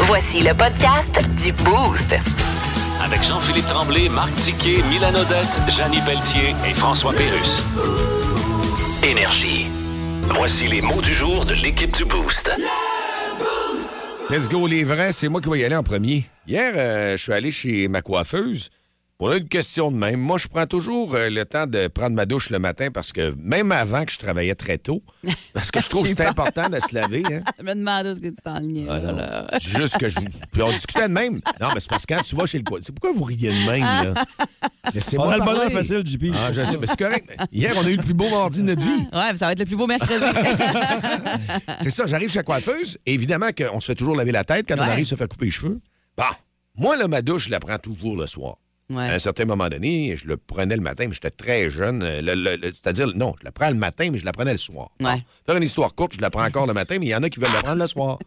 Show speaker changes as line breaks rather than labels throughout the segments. Voici le podcast du Boost.
Avec Jean-Philippe Tremblay, Marc Tiquet, Milan Odette, Janine Pelletier et François Pérus. Énergie. Voici les mots du jour de l'équipe du Boost.
Let's go, les vrais, c'est moi qui vais y aller en premier. Hier, euh, je suis allé chez ma coiffeuse. Pour une question de même, moi, je prends toujours euh, le temps de prendre ma douche le matin parce que même avant que je travaillais très tôt, parce que je trouve que c'est important de se laver. Hein.
Je me demandais ce que tu t'enlignais.
Ah non. C'est Juste que je. Puis on discutait de même. Non, mais c'est parce que quand tu vas chez le coiffeur. C'est pourquoi vous riez de même, là? Laissez-moi.
On a le
parler.
bonheur facile, JP.
Ah, je sais, mais c'est correct. Hier, on a eu le plus beau mardi de notre vie.
Ouais, mais ça va être le plus beau mercredi.
C'est ça, j'arrive chez la coiffeuse. et Évidemment qu'on se fait toujours laver la tête quand on
Ouais.
arrive se faire couper les cheveux. Bon, moi, là, ma douche, je la prends toujours le soir.
Ouais.
À un certain moment donné, je le prenais le matin, mais j'étais très jeune. Euh, le- le- le- C'est-à-dire, non, je la prends le matin, mais je la prenais le soir. Bon,
Ouais.
Faire une histoire courte, je la prends encore le matin, mais il y en a qui veulent la prendre le soir.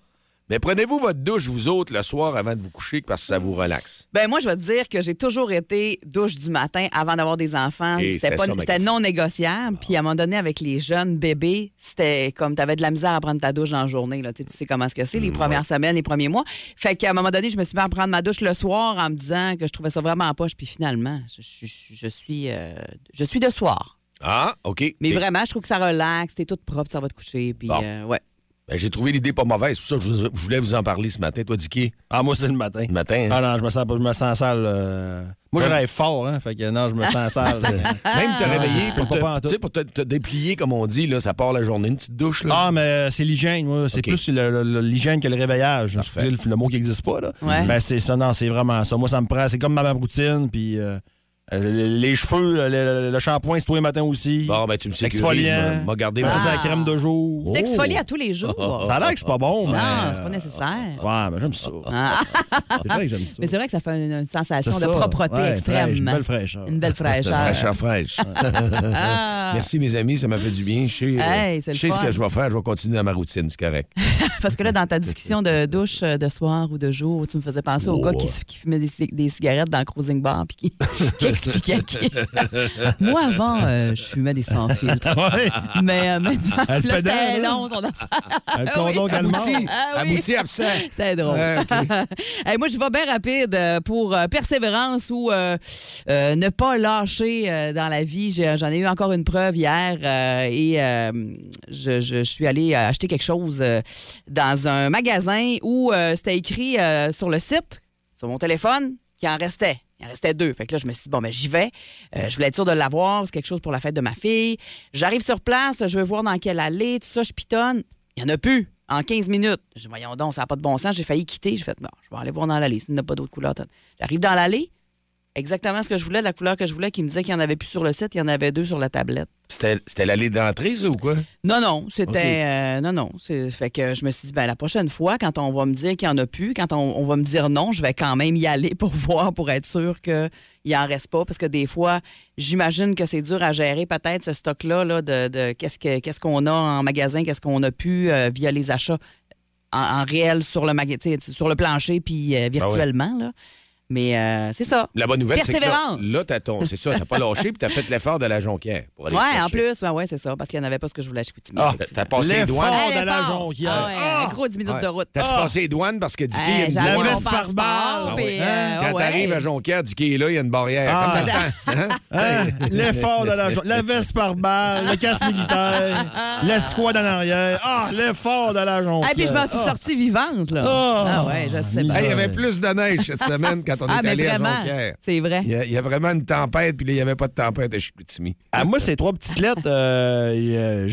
Mais prenez-vous votre douche, vous autres, le soir avant de vous coucher parce que ça vous relaxe.
ben moi, je vais te dire que j'ai toujours été douche du matin avant d'avoir des enfants.
Et
C'était
c'était
pas-
ça, ma
c'était
question.
non négociable. Puis à un moment donné, avec les jeunes bébés, c'était comme t'avais de la misère à prendre ta douche dans la journée. Là. Tu sais, tu sais comment ce que c'est, les premières semaines, les premiers mois. Fait qu'à un moment donné, je me suis mis à prendre ma douche le soir en me disant que je trouvais ça vraiment en poche. Puis finalement, je, je- je suis, euh, je suis de soir.
Ah, OK.
Mais
Et-
vraiment, je trouve que ça relaxe, t'es toute propre, ça va te coucher. Puis
Bon.
euh, ouais.
ben, J'ai trouvé l'idée pas mauvaise. C'est pour ça que je vous- je voulais vous en parler ce matin. Toi, Dicky,
Ah, moi, c'est le matin.
le matin. hein?
Ah non, je me sens, pas- je me sens sale. euh. Moi, je
Ouais.
rêve fort, hein. Fait que non, je me sens sale.
Même te
Ah,
réveiller
c'est
pour,
pas pas
te,
en tout.
tu sais, pour te, te déplier, comme on dit, là, ça part la journée, une petite douche. Là.
Ah, mais euh, c'est l'hygiène, moi. C'est
OK.
plus le- le- le- l'hygiène que le réveillage. Excusez le, le mot qui n'existe pas, là.
Ouais.
Ben, c'est ça, non, c'est vraiment ça. Moi, ça me prend. C'est comme ma même routine, puis euh, euh, les, les cheveux, le, le- le shampoing, c'est tous les matins aussi.
Bon, ben, tu me sécurises.
Exfoliant.
m'a- M'a
Ah.
gardé Oh.
Ça,
ma-
hein. c'est la crème de jour.
Tu t'exfolies à tous les jours.
Ça a l'air que c'est pas bon, mais. euh,
Non, c'est pas nécessaire.
Ouais, mais j'aime ça.
Ah.
C'est vrai que j'aime ça.
Mais c'est vrai que ça fait une, une sensation
C'est
de
ça.
propreté
Ouais,
extrême.
fraîche, une belle fraîcheur.
Une belle fraîcheur.
Fraîcheur fraîche. Merci, mes amis, ça m'a fait du bien. Je sais, euh,
Ah. Hey, c'est le
je sais ce
fun. Ah
que je vais faire. Je vais continuer dans ma routine, c'est correct.
Parce que là, dans ta discussion de douche euh, de soir ou de jour, tu me faisais penser au gars qui, s- qui fumait des, ci- des cigarettes dans le cruising bar puis qui, qui expliquait que... Moi, avant, euh, je fumais des sans-filtres.
Ah Ouais.
Mais euh, maintenant, là,
Elle
c'était
pédale, hein?
long, son affaire.
Le condom
Ah oui.
également.
Abouti,
Ah oui.
abouti, absent.
C'est drôle.
Ah, OK.
Hey, moi, je vais bien rapide euh, pour euh, persévérance ou euh, euh, ne pas lâcher euh, dans la vie. J'ai- J'en ai eu encore une preuve hier euh, et euh, je, je- je suis allée euh, acheter quelque chose euh, dans un magasin où euh, c'était écrit euh, sur le site, sur mon téléphone, qu'il en restait. Il en restait deux. Fait que là, je me suis dit, bon, ben, j'y vais. Euh, je voulais être sûre de l'avoir. C'est quelque chose pour la fête de ma fille. J'arrive sur place, je veux voir dans quelle allée, tout ça, je pitonne. Il n'y en a plus. En 15 minutes. Je dis, voyons donc, ça n'a pas de bon sens. J'ai failli quitter. J'ai fait, bon, je vais aller voir dans l'allée. S'il n'y en a pas d'autres couleurs, tout. j'arrive dans l'allée. Exactement ce que je voulais, la couleur que je voulais, qui me disait qu'il n'y en avait plus sur le site, il y en avait deux sur la tablette.
C'était c'était l'allée d'entrée, ça, ou quoi?
Non, non, c'était.
OK.
euh, non, non. c'est- Fait que je me suis dit, ben, la prochaine fois, quand on va me dire qu'il n'y en a plus, quand on, on va me dire non, je vais quand même y aller pour voir, pour être sûr qu'il n'en reste pas. Parce que des fois, j'imagine que c'est dur à gérer, peut-être, ce stock-là, là, de, de qu'est-ce que- qu'est-ce qu'on a en magasin, qu'est-ce qu'on a pu euh, via les achats en, en réel sur le, maga- tu sais, sur le plancher, puis
Ah
euh, virtuellement. là. Mais euh, c'est ça.
La bonne nouvelle, c'est que là,
Persévérance.
là t'as ton. C'est ça, t'as pas lâché, puis t'as fait l'effort de la jonquière pour aller
Ouais,
le
en
chercher.
plus, ben ouais, c'est ça, parce qu'il n'y en avait pas ce que je voulais à Chicoutimi.
Ah,
effectivement.
t'as passé les
L'effort.
douanes.
Ah,
Elle est
dans la
forte.
jonquière.
Ah ouais,
Ah!
un gros 10 minutes de route.
T'as-tu
Ah!
passé les douanes parce que Dicky, il y a
Hey,
une
j'avais
douane.
mon
veste par
passeport,
balle.
puis,
Hein?
euh,
Quand
ouais.
t'arrives à Jonquière, Dicky est là, il y a une barrière.
Ah.
Comme dans le temps.
Hein? L'effort de la journée. La veste par balle, le casque militaire, l'escouade en arrière. Ah, l'effort de la jonquière.
Ah, puis je m'en suis sortie vivante, là.
Ah.
Ah ouais, je sais pas.
Hey, Il y
Ah,
avait
mais-
plus de neige cette semaine quand on
Ah,
est
mais
allé à
vraiment,
Jonquière.
c'est vrai.
Il y, a, il y a vraiment une tempête, puis là, il n'y avait pas de tempête à Chicoutimi.
Ah, moi, ces trois petites lettres, euh, y- euh,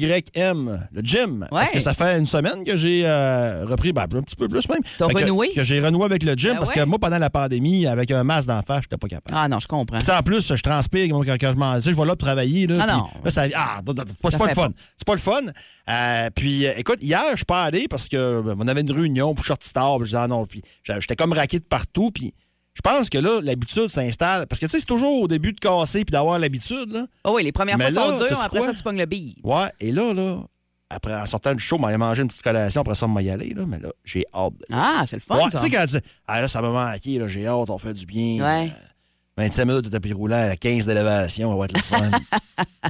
G-Y-M, le gym. Parce que ça fait une semaine que j'ai euh, repris, ben, un petit peu plus même.
T'as
Fait que-
renoué?
Que, j'ai renoué avec le gym
Ben
parce que
ouais.
moi, pendant la pandémie, avec un masque d'en face, j'étais pas capable.
Ah non, je comprends.
Puis en plus, je transpire moi, quand, quand je m'en tu sais, je vais là pour travailler. Là,
Ah
puis
non.
là, ça- ah, c'est pas- c'est
Ça
pas,
fait
le fun. C'est pas le fun. Euh, puis euh, écoute, hier, je suis pas allé parce que ben, on avait une réunion pour Shorty Star. Puis je disais, ah non, puis j'a- j'étais comme raqué de partout. Puis je pense que là, l'habitude s'installe. Parce que tu sais, c'est toujours au début de casser puis d'avoir l'habitude. là.
Ah oui, les premières
Mais
fois
là,
sont dures,
sais-tu
après
quoi?
ça, tu pognes le bille.
Ouais, et là, là, après, en sortant du show, on allait manger une petite collation. Après ça, on va y aller. Là, mais là, j'ai hâte. de-
Ah, c'est le fun,
Ouais, tu
ça.
sais, quand tu dis, ah là, ça m'a manqué, là, j'ai hâte, on fait du bien.
Ouais.
25 minutes de tapis roulant, à 15 d'élévation, on va être le fun.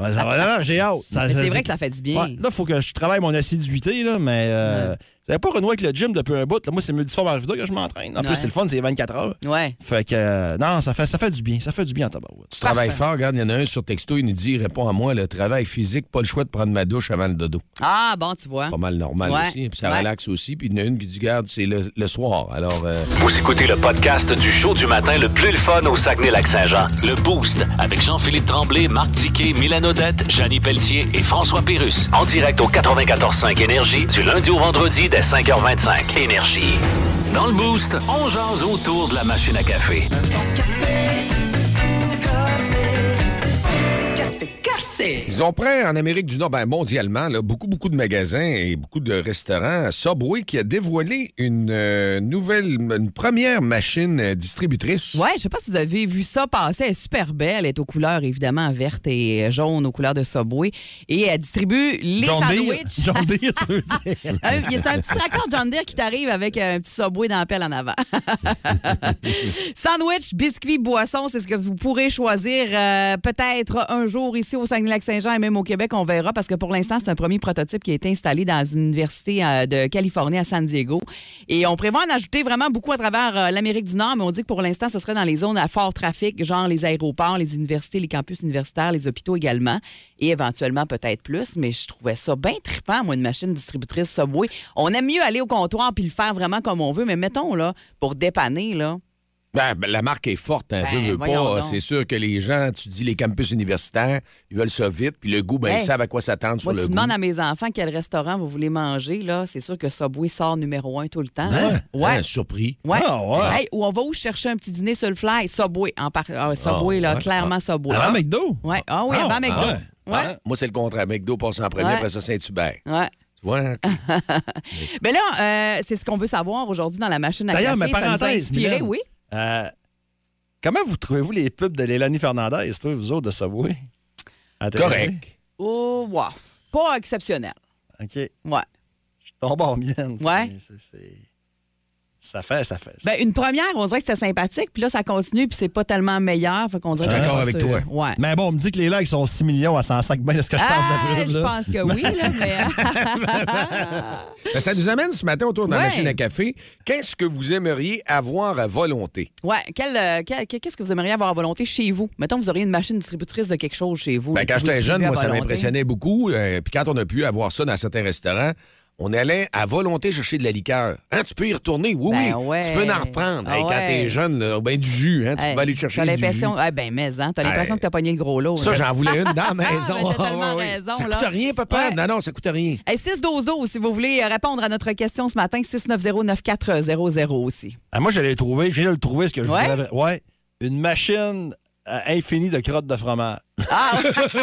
Ouais, ça va- non, non, j'ai hâte. Ça-
Mais
ça-
c'est vrai que ça fait du bien.
Ouais, là, il faut que je travaille mon assiduité, là, mais euh, J'avais pas renoué avec le gym depuis un bout. Là, moi, c'est multiforme à que je m'entraîne. En
Ouais.
plus, c'est le fun, c'est 24 heures.
Ouais.
Fait que, euh, non, ça fait, ça fait du bien. Ça fait du bien en tabarouette.
Tu travailles fort, regarde, il y en a un sur texto, il nous dit, réponds à moi, le travail physique, pas le choix de prendre ma douche avant le dodo.
Ah, bon, tu vois.
Pas mal normal
Ouais.
aussi. Puis ça
Ouais.
relaxe aussi. Puis il y en a une qui dit, garde, c'est le, le soir. Alors, euh,
Vous écoutez le podcast du show du matin le plus le fun au Saguenay-Lac-Saint-Jean. Le Boost avec Jean-Philippe Tremblay, Marc Tiquet, Milan Odette, Janine Pelletier et François Pérus. En direct au 94.5 Énergie du lundi au vendredi dès 5h25. Énergie. Dans le Boost, on jase autour de la machine à café.
ils ont pris en Amérique du Nord, ben, mondialement, là, beaucoup, beaucoup de magasins et beaucoup de restaurants. Subway qui a dévoilé une euh, nouvelle, une première machine euh, distributrice.
Ouais, je sais pas si vous avez vu ça passer. Elle est super belle. Elle est aux couleurs, évidemment, verte et jaune, aux couleurs de Subway. Et elle distribue les
John Deere.
sandwichs. Euh,
John Deere, tu veux dire?
Un- C'est un petit tracteur John Deere qui t'arrive avec un petit subway dans la pelle en avant. Sandwich, biscuits, boissons, c'est ce que vous pourrez choisir euh, peut-être un jour ici au Saguenay-Lac-Saint-Jean et même au Québec, on verra parce que pour l'instant, c'est un premier prototype qui a été installé dans une université euh, de Californie à San Diego. Et on prévoit en ajouter vraiment beaucoup à travers euh, l'Amérique du Nord, mais on dit que pour l'instant, ce serait dans les zones à fort trafic, genre les aéroports, les universités, les campus universitaires, les hôpitaux également, et éventuellement peut-être plus, mais je trouvais ça bien trippant, moi, une machine distributrice Subway. On aime mieux aller au comptoir puis le faire vraiment comme on veut, mais mettons, là, pour dépanner, là,
Ben, ben, la marque est forte, hein,
Ben,
veux, veux
voyons
pas.
donc.
C'est sûr que les gens, tu dis les campus universitaires, ils veulent ça vite, puis le goût, ben,
Hey.
ils savent à quoi s'attendre sur
Moi,
le
tu
goût.
demandes à mes enfants quel restaurant vous voulez manger, là, c'est sûr que Subway sort numéro un tout le temps.
Hein?
Ouais.
Hein, surpris.
Ouais.
Ah, ouais.
Hey, ou on va où chercher un petit dîner sur le fly? Subway. En par- ah, Subway,
Ah,
là,
ouais.
clairement Subway.
Avant McDo?
Ouais. Ah oui,
Ah,
avant
ah,
McDo.
ouais.
Ouais.
Hein? Moi, c'est le contraire. McDo passe en premier,
Ouais. Ah.
après ça, Saint-Hubert.
Ouais.
Tu vois? hein?
Mais là, euh, c'est ce qu'on veut savoir aujourd'hui dans la machine à café.
D'ailleurs, ma
Ça nous a
parenthèse,
inspiré,
Mylène.
oui.
Euh, comment vous trouvez-vous les pubs de Lélanie Fernandez, toi, vous autres, de Subway? À la télé?
Correct.
Oh, wow. Pas exceptionnel.
OK. Je
Ouais.
tombe en mienne.
Ouais.
C'est- c'est- c'est- Ça fait, ça fait.
Ben, une première, on dirait que c'était sympathique, puis là, ça continue, puis c'est pas tellement meilleur. Fait qu'on dirait
Je suis
que-
d'accord avec toi.
Ouais.
Mais bon, on me dit que les likes sont 6 millions à 105 ben de ce que je pense
Ah,
d'après
je
là.
pense que oui, là, mais. hein.
Ben, ça nous amène ce matin autour de la
Ouais.
machine à café. Qu'est-ce que vous aimeriez avoir à volonté?
Ouais, quel, euh, quel- quel- qu'est-ce que vous aimeriez avoir à volonté chez vous? Mettons, vous auriez une machine distributrice de quelque chose chez vous.
Ben,
là,
quand
que vous
j'étais jeune, moi,
distribuez à
ça
volonté.
m'impressionnait beaucoup. euh, Puis quand on a pu avoir ça dans certains restaurants, on allait à volonté chercher de la liqueur. Hein, tu peux y retourner, oui,
Ben
oui.
ouais.
Tu peux en reprendre.
Ah
Hey, quand
ouais.
t'es jeune, là, ben, du jus, hein, tu
Hey,
peux aller chercher
T'as
du jus.
l'impression. Ah, ben, mais, hein, t'as l'impression
Hey.
que t'as pogné le gros lot.
Ça,
là.
j'en voulais une dans la
Ah,
maison.
ben, t'as tellement
Ah, ouais, ouais.
raison,
ça
là.
coûte rien, papa.
Ouais.
Non, non, ça coûte rien.
Hey, 612 si vous voulez euh, répondre à notre question ce matin, 690-9400 aussi.
Ah, moi, je l'ai trouvé. Je viens de le trouver, ce que je
Ouais?
voulais. Ouais. Une machine euh, infinie de crottes de fromage.
Ah,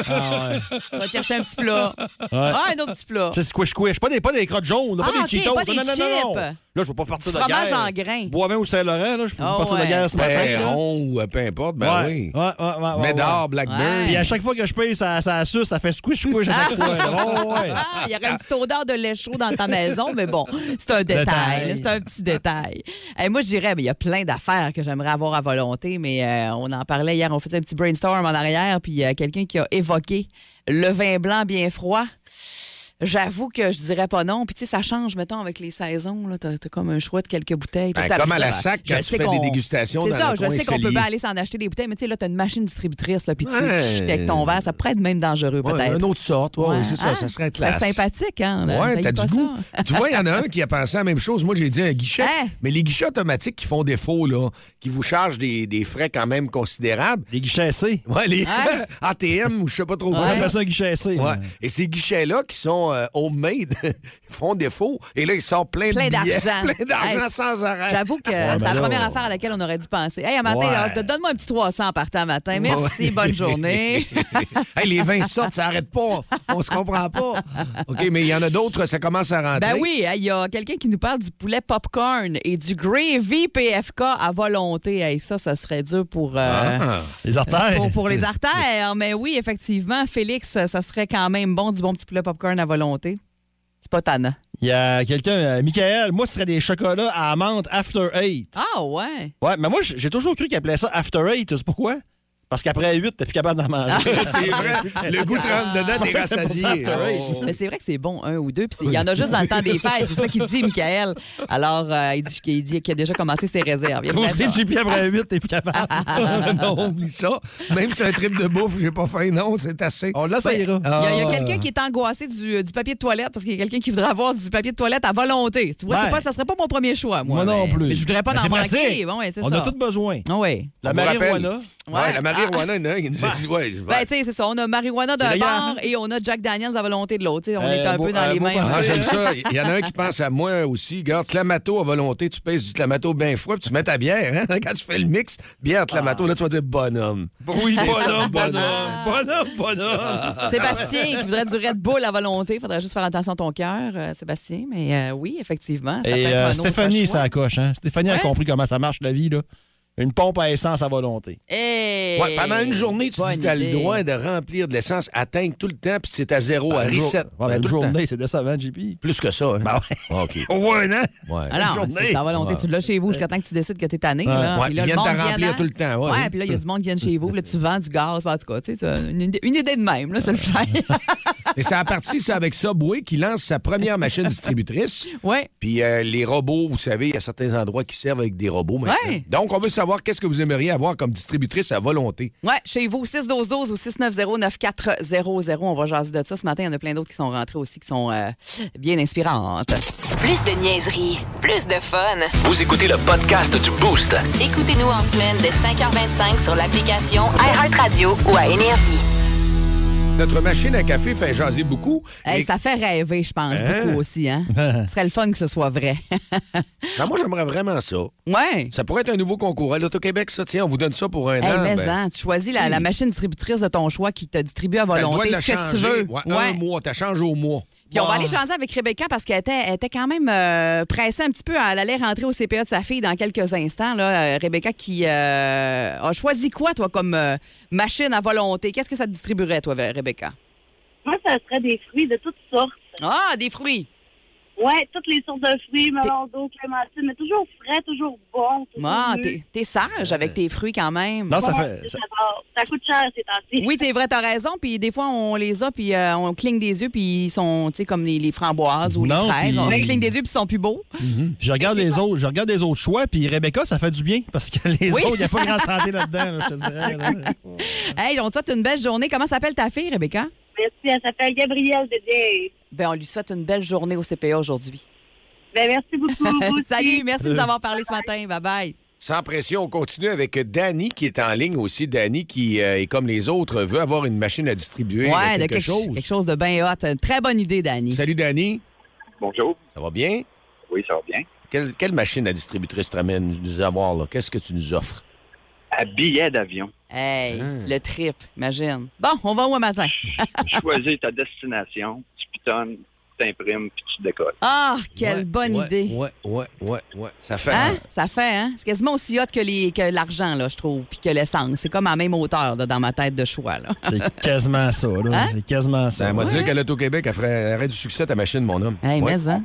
Ah, ouais.
on va te chercher un petit plat. Ah, un autre petit plat.
Tu sais, squish squish. Pas des, pas des crottes jaunes, là, pas
Ah,
des
ok,
Cheetos.
pas des
non, non, non, non.
chips.
Là, je veux pas partir de la guerre.
fromage en grains.
Boivin ou Saint-Laurent, là, je peux pas
Oh,
partir de la
ouais.
guerre ce matin.
Ben,
là.
rond ou euh, peu importe, ben
ouais.
oui.
Ouais, ouais, ouais, ouais,
Médard,
Ouais.
Blackberry.
Puis à chaque fois que je paye, ça, ça suce, ça fait squish squish à chaque fois. Oh, ouais.
Ah, il y aurait une petite odeur de lait chaud dans ta maison, mais bon, c'est un détail.
Détail.
là, C'est un petit détail. Eh, moi, je dirais, mais il y a plein d'affaires que j'aimerais avoir à volonté, mais euh, on en parlait hier, on faisait un petit brainstorm en arrière, puis il y a quelqu'un qui a évoqué le vin blanc bien froid. J'avoue que je dirais pas non. Puis, tu sais, ça change, mettons, avec les saisons. là. T'as as comme un choix de quelques bouteilles.
Ben,
Toi, t'as-
comme à la SAC,
Je
quand tu
sais
fais des
qu'on-
dégustations
C'est
dans
ça,
le
je
coin
sais qu'on peut
cellier.
pas aller s'en acheter des bouteilles, mais tu sais, là, t'as une machine distributrice, là, puis tu
Ouais.
chutes avec ton verre. Ça pourrait être même dangereux,
Ouais,
peut-être.
une autre sorte, ouais,
Ouais.
oui, c'est ça,
Ah,
ça
serait
serait classe.
sympathique, hein? on a-
Ouais,
on
t'as
a
du
pas
goût.
ça.
tu vois, il y en a un qui a pensé à la même chose. Moi, j'ai dit un guichet.
Hein?
Mais les guichets automatiques qui font défaut, là, qui vous chargent des, des frais quand même considérables.
Les guichets C.
Ouais, les
Hein?
ATM ou je sais pas trop
On
quoi.
appelle ça un guichet C.
Ouais. Et ces guichets-là qui sont euh, homemade font défaut. Et là, ils sortent plein,
Plein
de billets.
d'argent.
Plein d'argent
Hey,
sans arrêt. ben,
J'avoue que
mais
c'est la
là,
première
on-
affaire à laquelle on aurait dû penser. Hey, Martin,
Ouais.
alors, te- donne-moi un petit 300 en partant, à matin. Merci,
Ouais.
bonne journée.
Hey, les vins sortent, ça arrête pas. On se comprend pas. OK, mais il y en a d'autres, ça commence à rentrer.
ben oui, hein, il y a quelqu'un qui nous parle du poulet popcorn et du gravy PFK à volonté. Hey, ça, ça serait dur pour, euh,
Ah.
Les artères.
pour, pour les artères. Mais oui, effectivement, Félix, ça serait quand même bon du bon petit poulet popcorn à volonté. C'est pas tannant.
Il y a quelqu'un, euh, Michael, moi, ce serait des chocolats à amande After Eight.
Ah ouais.
Ouais, mais moi, j'ai toujours cru qu'il appelait ça After Eight. C'est pourquoi? Parce qu'après 8, t'es plus capable d'en manger.
Ah.
C'est vrai. Le goût rentre dedans, t'es rassasié.
Oh.
Mais c'est vrai que c'est bon, un ou deux. Puis c'est- il y en a juste dans le temps des fêtes. C'est ça qu'il dit, Michael. Alors, euh, il dit qu'il dit qu'il a déjà commencé ses réserves. Il aime
Toi
bien
aussi,
ça.
JP, après 8, t'es plus capable.
non, oublie ça. Même si c'est un trip de bouffe, j'ai pas faim. Non, c'est assez.
On l'essayera.
Il
Ah.
y a, il y a quelqu'un qui est angoissé du, du papier de toilette parce qu'il y a quelqu'un qui voudrait avoir du papier de toilette à volonté. Tu vois, c'est
Ouais.
pas, ça serait pas mon premier choix, moi.
Moi non
mais-
plus.
Mais je voudrais pas
Mais
en
c'est
manquer.
pratique.
Bon, ouais, c'est
On
ça.
a tout besoin.
Ah ouais.
La
On vous rappelle.
marijuana.
Ouais, la marijuana, il y en a un qui nous a dit, ouais, je vais-
Ben, tu sais, c'est ça. On a marijuana d'un
C'est légal,
bord
hein?
et on a Jack Daniels à volonté de l'autre. Tu sais, On
Euh,
est un
beau-
peu dans
euh,
les
beau
mêmes.
parent.
Ah, j'aime ça. Il y en a un qui pense à moi aussi. Regarde, clamato à volonté, tu pèses du clamato bien froid, puis tu mets ta bière. Hein? Quand tu fais le mix, bière, clamato, là, tu vas dire bonhomme. Oui, bonhomme, bonhomme.
Bonhomme, bonhomme.
Sébastien qui voudrait du Red Bull à volonté. Faudrait juste faire attention à ton cœur, euh, Sébastien. Mais euh, oui, effectivement. Ça peut
Et
être
euh,
un autre
Stéphanie,
choix.
ça coche. Hein? Stéphanie a
Ouais.
compris comment ça marche la vie. Là. Une pompe à essence à volonté.
Hey!
Ouais, pendant une journée, tu
Bonne
dis, t'as le
idée.
droit de remplir de l'essence, atteindre tout le temps, puis c'est à zéro, à
Un jour-
reset.
Ouais, ben,
Ben,
une
tout le temps.
journée, Bah c'est décevant, JP.
Plus que ça. Hein?
Ben
OK.
Au moins un an.
Ouais.
Alors,
journée.
c'est à volonté. Tu l'as chez vous jusqu'à temps que tu décides que t'es tanné. là.
Ouais,
Puis
puis
là,
ils
le
viennent
monde
t'en
vient
remplir
dans-
tout le temps, ouais.
puis là, il y a du monde qui vient chez vous. Puis Là, tu vends du gaz. En tout cas, tu sais, tu as une, idée- une idée de même, là, sur le fly.
Et c'est à partir c'est avec Subway qui lance sa première machine distributrice.
ouais.
Puis euh, les robots, vous savez, il y a certains endroits qui servent avec des robots maintenant.
Ouais.
Donc, on veut savoir qu'est-ce que vous aimeriez avoir comme distributrice à volonté.
Ouais, chez vous, 612 12 ou 690-9400. On va jaser de ça ce matin. Il y en a plein d'autres qui sont rentrés aussi, qui sont euh, bien inspirantes.
Plus de niaiserie, plus de fun.
Vous écoutez le podcast du Boost.
Écoutez-nous en semaine de 5h25 sur l'application iHeartRadio ou à Énergie.
Notre machine à café fait jaser beaucoup.
Hey,
Et-
ça fait rêver, je pense, beaucoup aussi. Hein? ce serait le fun que ce soit vrai.
Ben, moi, j'aimerais vraiment ça.
ouais.
Ça pourrait être un nouveau concours à l'Auto-Québec, ça. Tiens, on vous donne ça pour un
Hey,
an.
mais
ben,
hein, tu choisis la, la machine distributrice de ton choix qui te distribue à
t'as le droit
volonté
de la
ce que tu
changer.
veux.
Ouais,
Ouais.
Un mois, t'as changé au mois.
Puis on va aller jaser avec Rebecca parce qu'elle était, elle était quand même euh, pressée un petit peu. Elle allait rentrer au CPA de sa fille dans quelques instants. Là. Euh, Rebecca qui euh, a choisi quoi, toi, comme euh, machine à volonté? Qu'est-ce que ça te distribuerait, toi, Rebecca?
Moi, ça serait des fruits de toutes sortes.
Ah, des fruits.
Ouais, toutes les sortes de fruits, melon d'eau, clémentine, mais toujours frais, toujours bon. toujours
Ah,
mûr.
t'es t'es sage
Euh.
avec tes fruits quand même.
Non, ça
Ouais,
fait.
c'est
ça-
j'adore. Ça coûte cher ces temps-ci.
Oui, c'est vrai, t'as raison. Puis des fois, on les a, puis euh, on cligne des yeux, puis ils sont, tu sais, comme les, les framboises ou
Non,
les fraises.
puis-
On cligne des yeux, puis ils sont plus beaux.
Je regarde les autres, je regarde les autres choix, puis Rebecca, ça fait du bien parce que les
Oui.
autres, il n'y a pas grand santé là-dedans, là, je te dirais. là.
Hey, on te souhaite une belle journée. Comment s'appelle ta fille, Rebecca?
Merci, elle s'appelle Gabrielle Dédé.
Ben, on lui souhaite une belle journée au CPA aujourd'hui.
Ben, merci beaucoup. vous aussi.
Salut, merci de nous avoir parlé ce matin. Bye bye.
Sans pression, on continue avec Danny qui est en ligne aussi. Danny qui euh, est comme les autres, veut avoir une machine à distribuer euh,
de
quelque, chose.
quelque chose de bien hot. Une très bonne idée, Danny.
Salut Danny,
Bonjour.
ça va bien?
Oui, ça va bien.
Quelle, quelle machine à distributrice te ramène nous avoir là? Qu'est-ce que tu nous offres?
À billet d'avion,
Hey,
Ah.
le trip, imagine. Bon, on va où un matin?
tu choisis ta destination, tu pitonnes, t'imprimes, puis tu décolles.
Ah, quelle
Ouais,
bonne
ouais,
idée.
Ouais, ouais, ouais, ouais. Ça fait
Hein?
ça.
Ça fait, hein? C'est quasiment aussi hot que les- que l'argent, là, je trouve, puis que l'essence. C'est comme à la même hauteur là, dans ma tête de choix, là.
C'est quasiment ça,
Hein?
là. C'est quasiment ça.
Ça m'a dit qu'à l'Auto-Québec, elle ferait elle aurait du succès ta machine, mon homme.
Hey,
Ouais.
mais, hein?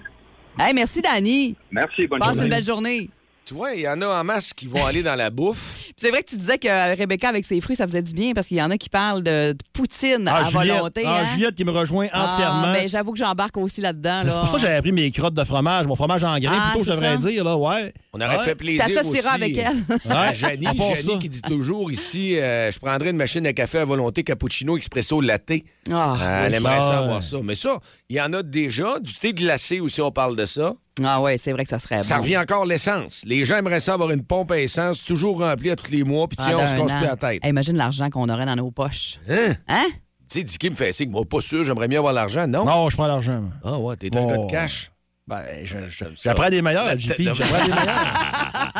Hey, merci, Danny.
Merci, bonne
Passe une
journée.
belle journée.
Tu vois, il y en a en masse qui vont aller dans la bouffe.
Puis C'est vrai que tu disais que euh, Rebecca, avec ses fruits, ça faisait du bien parce qu'il y en a qui parlent de, de poutine
Ah,
à
Juliette,
volonté.
ah,
hein?
Juliette qui me rejoint entièrement.
Ah, ben, j'avoue que j'embarque aussi là-dedans.
c'est
là.
pour ça que j'avais pris mes crottes de fromage, mon fromage en grain,
Ah,
plutôt, je
c'est
devrais
ça.
dire, là, ouais.
On aurait
Ouais.
fait plaisir aussi.
T'associeras avec elle.
Ah,
Ouais,
Janie,
à part ça.
Janie qui dit toujours ici, euh, je prendrais une machine à café à volonté, cappuccino, expresso, latte.
Ah,
Ah, elle aimerait ça
Ah,
avoir
ouais.
ça. Mais ça, il y en a déjà. Du thé glacé aussi, on parle de ça.
Ah ouais, c'est vrai que ça serait
Ça
bon.
revient encore l'essence. Les gens aimeraient ça avoir une pompe à essence toujours remplie à tous les mois, puis tiens,
Pendant
on se
un
casse
Ah, an.
plus la tête.
Hey, imagine l'argent qu'on aurait dans nos poches.
Hein?
Hein?
Tu sais, Dicky me fait signe, moi, pas sûr, j'aimerais mieux avoir l'argent, non?
Non, je prends l'argent. moi.
Ah ouais, t'es un
Oh.
gars de cash.
Ben, je- je- j'apprends des meilleurs, JP. J'apprends des meilleurs.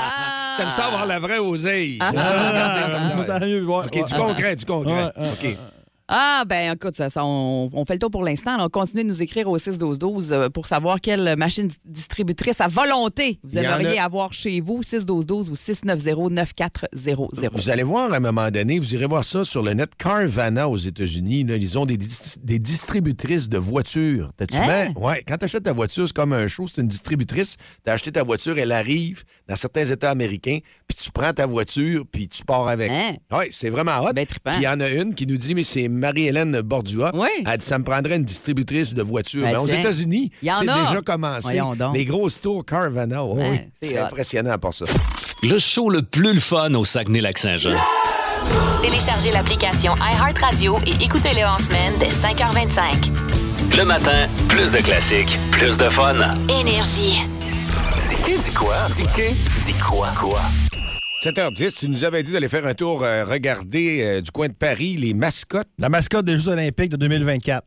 T'aimes ça avoir la vraie oseille. C'est ça,
Ah,
regardez comme
tant mieux, ouais,
OK,
ouais.
du concret, du concret.
Ouais, ouais,
OK.
Ah, ben écoute, ça, ça, on, on fait le tour pour l'instant. là. On continue de nous écrire au 6-12-12 euh, pour savoir quelle machine di- distributrice à volonté vous
Il y en
aimeriez
a-
avoir chez vous. 6-12-12 ou 690-9400.
Vous allez voir à un moment donné, vous irez voir ça sur le net Carvana aux États-Unis. là, ils ont des, dis- des distributrices de voitures. T'as-tu
Hein?
bien- Ouais, quand t'achètes ta voiture, c'est comme un show, c'est une distributrice. T'as acheté ta voiture, elle arrive dans certains États américains, puis tu prends ta voiture, puis tu pars avec.
Hein?
Ouais, c'est vraiment hot.
Ben, trippant.
Puis il y en a une qui nous dit, mais c'est Marie-Hélène Bordua.
Oui.
Elle dit, ça me prendrait une distributrice de voitures.
Ben,
Ben, aux
tiens.
États-Unis,
Il y en
c'est
a.
déjà commencé.
Voyons donc.
Les grosses tours Carvana, oh
Hein,
oui.
c'est
C'est
hot.
impressionnant pour ça.
Le show le plus le fun au Saguenay-Lac-Saint-Jean.
Téléchargez l'application iHeartRadio et écoutez-le en semaine dès 5h25.
Le matin, plus de classiques, plus de fun.
Énergie.
Dis dit quoi? Dis quoi? Quoi?
7h10, tu nous avais dit d'aller faire un tour, euh, regarder euh, du coin de Paris les mascottes.
La mascotte des Jeux olympiques de 2024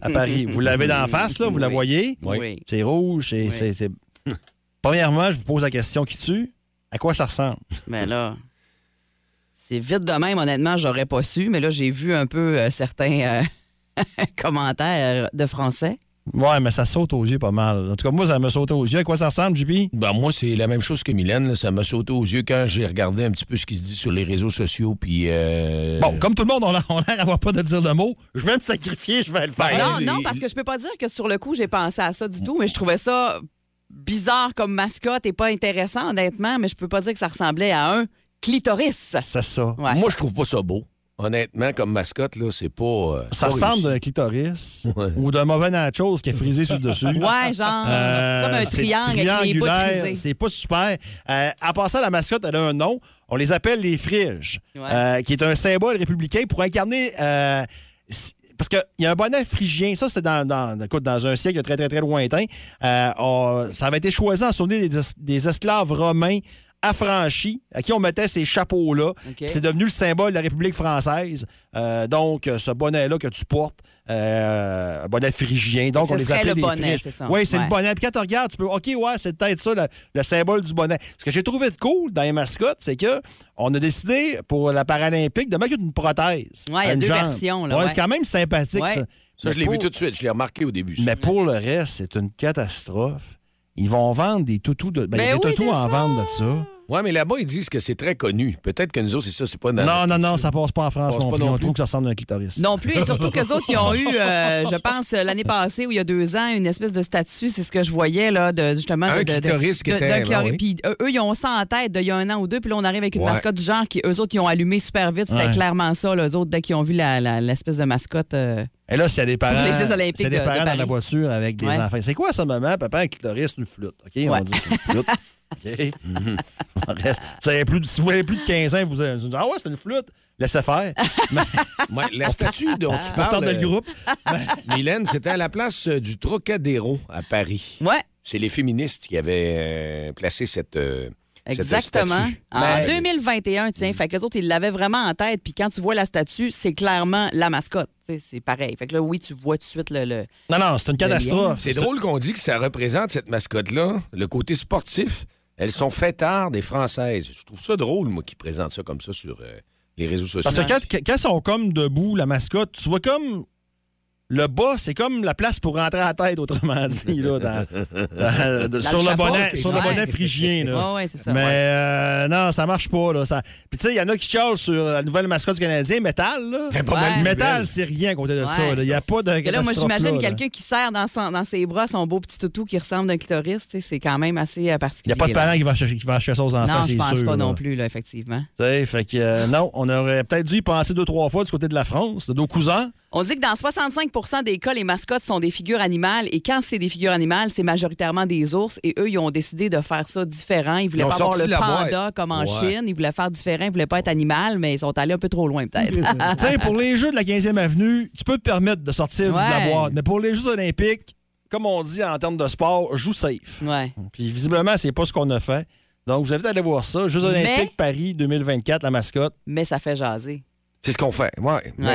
à Paris. Vous l'avez d'en face, là, vous la
Oui.
voyez.
Oui.
C'est rouge. c'est- c'est- c'est- Premièrement, je vous pose la question qui tue. À quoi ça ressemble?
Mais là, c'est vite de même, honnêtement, j'aurais pas su, mais là, j'ai vu un peu euh, certains euh, commentaires de français.
Ouais, mais ça saute aux yeux pas mal. En tout cas, moi, ça me saute aux yeux. À quoi ça ressemble, JP?
Ben, moi, c'est la même chose que Mylène. là. Ça m'a sauté aux yeux quand j'ai regardé un petit peu ce qui se dit sur les réseaux sociaux. Puis, euh,
Bon, comme tout le monde, on a on a l'air d'avoir pas de dire le mot. Je vais me sacrifier, je vais le faire.
non,
il-
non, parce que je peux pas dire que sur le coup, j'ai pensé à
Mm.
ça du tout, mais je trouvais ça bizarre comme mascotte et pas intéressant, honnêtement, mais je peux pas dire que ça ressemblait à un clitoris.
C'est ça.
Ouais.
moi, je trouve pas ça beau. Honnêtement, comme mascotte, là, c'est pas. euh,
Ça
pas
ressemble
réussi.
d'un clitoris
Ouais.
ou d'un mauvais nachos qui est frisé sur le dessus.
Ouais, genre,
Euh,
comme un
c'est
triangle avec les bouts
triangulaire,
frisés.
C'est pas super. Euh, en passant, la mascotte, elle a un nom. On les appelle les friges,
Ouais.
euh, qui est un symbole républicain pour incarner. euh, c- parce qu'il y a un bonnet phrygien, ça c'était dans, dans, écoute, dans un siècle très très très lointain. Euh, on- ça avait été choisi en souvenir des, es- des esclaves romains affranchis à qui on mettait ces chapeaux-là.
OK.
C'est devenu le symbole de la République française. Euh, donc, euh, ce bonnet-là que tu portes, euh, un bonnet phrygien, donc
Ce
on les
serait
appelle
le
les
bonnet,
friges.
c'est ça.
Oui, c'est
Ouais.
le bonnet. Puis quand tu regardes, tu peux, OK, ouais, c'est peut-être ça, le, le symbole du bonnet. Ce que j'ai trouvé de cool dans les mascottes, c'est que on a décidé pour la Paralympique de mettre une prothèse.
Ouais, il y a
Une
deux
jambe.
versions, là,
Ouais,
ouais.
C'est quand même sympathique,
Ouais.
ça.
Ça,
Mais
je l'ai vu
pour-
tout de suite. Je l'ai remarqué au début. ça.
Mais pour le reste, c'est une catastrophe. Ils vont vendre des toutous de. Ben, il y a
Ben
des
oui,
toutous
c'est ça.
en vente de ça.
Ouais, mais là-bas, ils disent que c'est très connu. Peut-être que nous autres, c'est ça, Ben, c'est pas
Non,
dans-
non, non, ça passe pas en France
Passe
non
pas
plus.
non
On
plus.
trouve que ça ressemble à un clitoris.
Non plus, et surtout qu'eux autres, ils ont eu, euh, je pense, euh, l'année passée ou il y a deux ans, une espèce de statut, c'est ce que je voyais, là, de, justement. de-
Un
de-
clitoris qui
de-
était-
d'un
ben
clitoris.
oui.
Puis euh, eux, ils ont ça en tête d'il y a un an ou deux, puis là, on arrive avec une
Ouais.
mascotte du genre qui, eux autres, ils ont allumé super vite. C'était
Ouais.
clairement ça, là, eux autres, dès qu'ils ont vu la- la- l'espèce de mascotte. euh,
Et là, s'il y a des parents,
les Jeux olympiques
s'il y a des
de- de
parents dans
Paris.
la voiture avec des
Ouais.
enfants, c'est quoi ça, maman? Papa, un clitoris, une flûte. OK,
Ouais.
on dit c'est une flûte. OK. On reste- vous avez plus de- si vous avez plus de 15 ans, vous allez vous dire, ah ouais, c'est une flûte. Laissez faire.
Ah,
Mais
Ouais, la statue dont tu
on
parles,
de le
euh,
groupe.
Mylène, c'était à la place euh, du Trocadéro à Paris.
Ouais,
C'est les féministes qui avaient euh, placé cette. euh, cette
exactement.
statue. Ben,
En
Mais-
2021,
Mm.
tiens, fait que les autres, ils l'avaient vraiment en tête, puis quand tu vois la statue, c'est clairement la mascotte. Tu sais, C'est pareil. Fait que là, oui, tu vois tout de suite le- le
Non, non, c'est une catastrophe.
C'est drôle qu'on dit que ça représente cette mascotte-là, le côté sportif. Elles sont fêtards des Françaises. Je trouve ça drôle, moi, qui présente ça comme ça sur euh, les réseaux sociaux.
Parce que quand, quand ils sont comme debout, la mascotte, tu vois comme. Le bas, c'est comme la place pour rentrer à la tête, autrement dit, là, dans- dans-
le
sur, le
chapeau,
bonnet,
t'es
sur le
sûr.
bonnet phrygien. Là.
Ouais, ouais, c'est ça,
Mais
ouais.
euh, non, ça marche pas. Là, ça... Puis tu sais, il y en a qui chialent sur la nouvelle mascotte du Canadien, Metal. Là.
Elle est Ben, pas
Ouais.
mal plus
Metal,
belle.
c'est rien à côté de ça.
Ouais.
là. Il n'y a pas de.
Parce que là, moi,
catastrophe,
j'imagine
là, là.
quelqu'un qui serre dans, son- dans ses bras son beau petit toutou qui ressemble d'un clitoris. tu sais, C'est quand même assez euh,
Il n'y
particulier.
a pas de
là.
parent qui va acheter, qui va acheter ça aux enfants,
Non,
c'est
je pense
sûr,
pas
là.
non plus, là, effectivement.
Tu sais, fait que euh, non, on aurait peut-être dû y penser deux, trois fois du côté de la France, de nos cousins.
On dit que dans 65 des cas, les mascottes sont des figures animales. Et quand c'est des figures animales, c'est majoritairement des ours. Et eux, ils ont décidé de faire ça différent. Ils voulaient
Ils ont
pas avoir
sorti
le
de la
panda
boîte.
comme en
Ouais.
Chine. Ils voulaient faire différent. Ils voulaient pas être animal, mais ils sont allés un peu trop loin, peut-être.
Tu sais, pour les Jeux de la 15e Avenue, tu peux te permettre de sortir du- de la
Ouais.
boîte. Mais pour les Jeux Olympiques, comme on dit en termes de sport, joue safe.
ouais.
Puis visiblement, c'est pas ce qu'on a fait. Donc, je vous invite à aller voir ça. Jeux
Mais-
Olympiques Paris 2024, la mascotte.
Mais ça fait jaser.
C'est ce qu'on fait. Ouais, mais-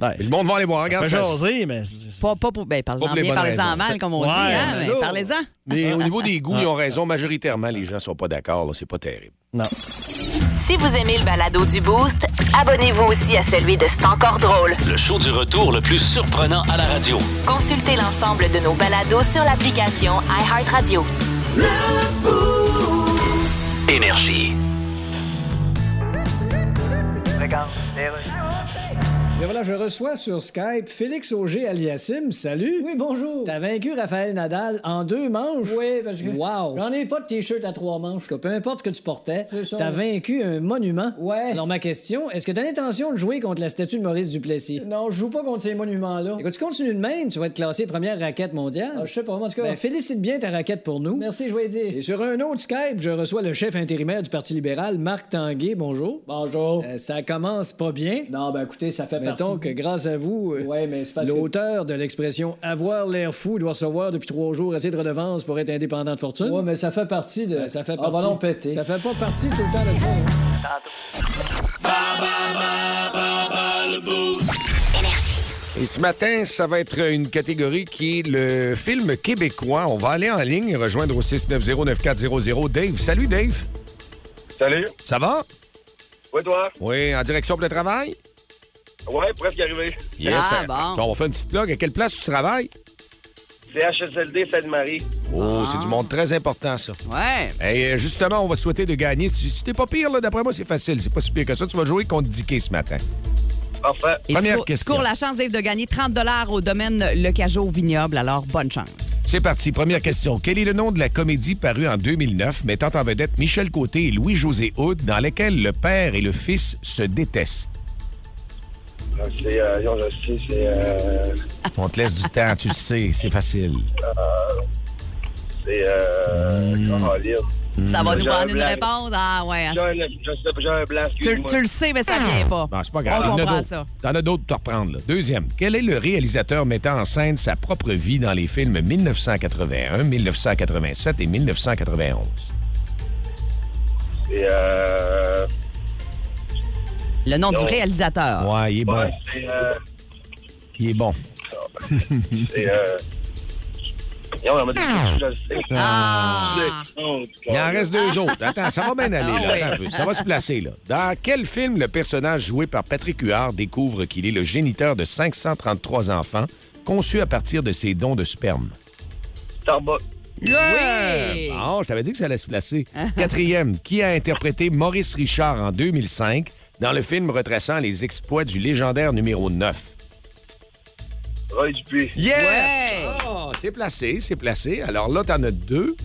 Ouais.
mais Le monde va aller voir.
Ça
Regarde
fait
ça.
jaser, mais. c'est-
Pas, pas pour. Ben,
Pas
parlez-en
pour les
bien,
bonnes
parlez-en
raisons.
mal, comme on
Ouais,
dit. hein,
mais
mais
là-
parlez-en.
Mais au niveau des goûts, ils ont raison. Majoritairement, les gens sont pas d'accord. là. C'est pas terrible.
Non.
Si vous aimez le balado du Boost, abonnez-vous aussi à celui de C'est encore drôle.
Le show du retour le plus surprenant à la radio.
Consultez l'ensemble de nos balados sur l'application iHeartRadio.
Énergie.
Et voilà, je reçois sur Skype Félix Auger aliassim. Salut. Oui, bonjour. T'as vaincu Raphaël Nadal en deux manches. Oui, parce que. Wow. J'en ai pas de t-shirt à trois manches. Que peu importe ce que tu portais, t'as vaincu un monument. Ouais. Alors, ma question, est-ce que t'as l'intention de jouer contre la statue de Maurice Duplessis? Non, je joue pas contre ces monuments-là. Écoute, tu continues de même, tu vas être classé première raquette mondiale. Ben, je sais pas, en tout cas. félicite bien ta raquette pour nous. Merci, je vais dire. Et sur un autre Skype, je reçois le chef intérimaire du Parti libéral, Marc Tanguay. Bonjour. Bonjour. ça commence pas bien. Non, ben écoutez, ça fait Mettons que grâce à vous, euh, l'auteur de l'expression avoir l'air fou doit recevoir depuis trois jours assez de redevances pour être indépendant de fortune. Ouais, mais ça fait partie de. Ah, ça fait partie. Ça fait pas partie tout le temps de ça. hein.
Et ce matin, ça va être une catégorie qui est le film québécois. On va aller en ligne et rejoindre au 690-9400 Dave. Salut, Dave.
Salut.
Ça va?
Ouais, toi.
Oui, en direction pour le travail?
Ouais, presque arrivé.
Yes.
Ah,
hein.
bon.
On va faire une petite blog. À quelle place tu travailles?
CHSLD Sainte-Marie.
Oh,
Ah.
c'est du monde très important, ça.
Ouais.
Et justement, on va te souhaiter de gagner. Si si t'es pas pire, là, d'après moi, c'est facile. C'est pas si pire que ça. Tu vas jouer contre Dicky ce matin.
Parfait.
Et
Première
tu, cours- tu
question.
cours la chance, Dave, de gagner 30 au domaine Le Cajot Vignoble. Alors, bonne chance.
C'est parti. Première question. Quel est le nom de la comédie parue en 2009 mettant en vedette Michel Côté et Louis-José Houd dans lesquels le père et le fils se détestent?
Donc, C'est, euh, non, je sais, c'est, euh,
On te laisse du temps, tu le sais. C'est facile.
c'est, euh, comment dire?
Ça va nous
J'ai un
prendre une
blague.
réponse. Ah, ouais.
J'ai un, je sais pas, j'ai un blanc,
Tu,
excuse-moi.
tu le sais, mais ça vient pas.
Non, c'est pas grave.
On
T'en as
comprend
d'autres.
ça.
T'en as d'autres pour te reprendre. là. Deuxième. Quel est le réalisateur mettant en scène sa propre vie dans les films 1981, 1987 et 1991?
C'est, euh,
Le nom du
Non.
réalisateur.
Ouais, il est bon.
ouais, c'est, euh,
Il est bon.
c'est, euh, non, on m'a dit, je le sais.
Ah.
C'est- non,
Il en reste deux autres. Attends, ça va bien aller, là. Attends un peu. Ça va se placer, là. Dans quel film le personnage joué par Patrick Huard découvre qu'il est le géniteur de 533 enfants conçus à partir de ses dons de sperme?
Starbucks.
Oui! Ah.
Bon, je t'avais dit que ça allait se placer. Quatrième, qui a interprété Maurice Richard en 2005 dans le film retraçant les exploits du légendaire numéro 9?
Roy Dupuis.
Yes!
Ouais!
Ah, c'est placé, c'est placé. Alors là, t'en as deux.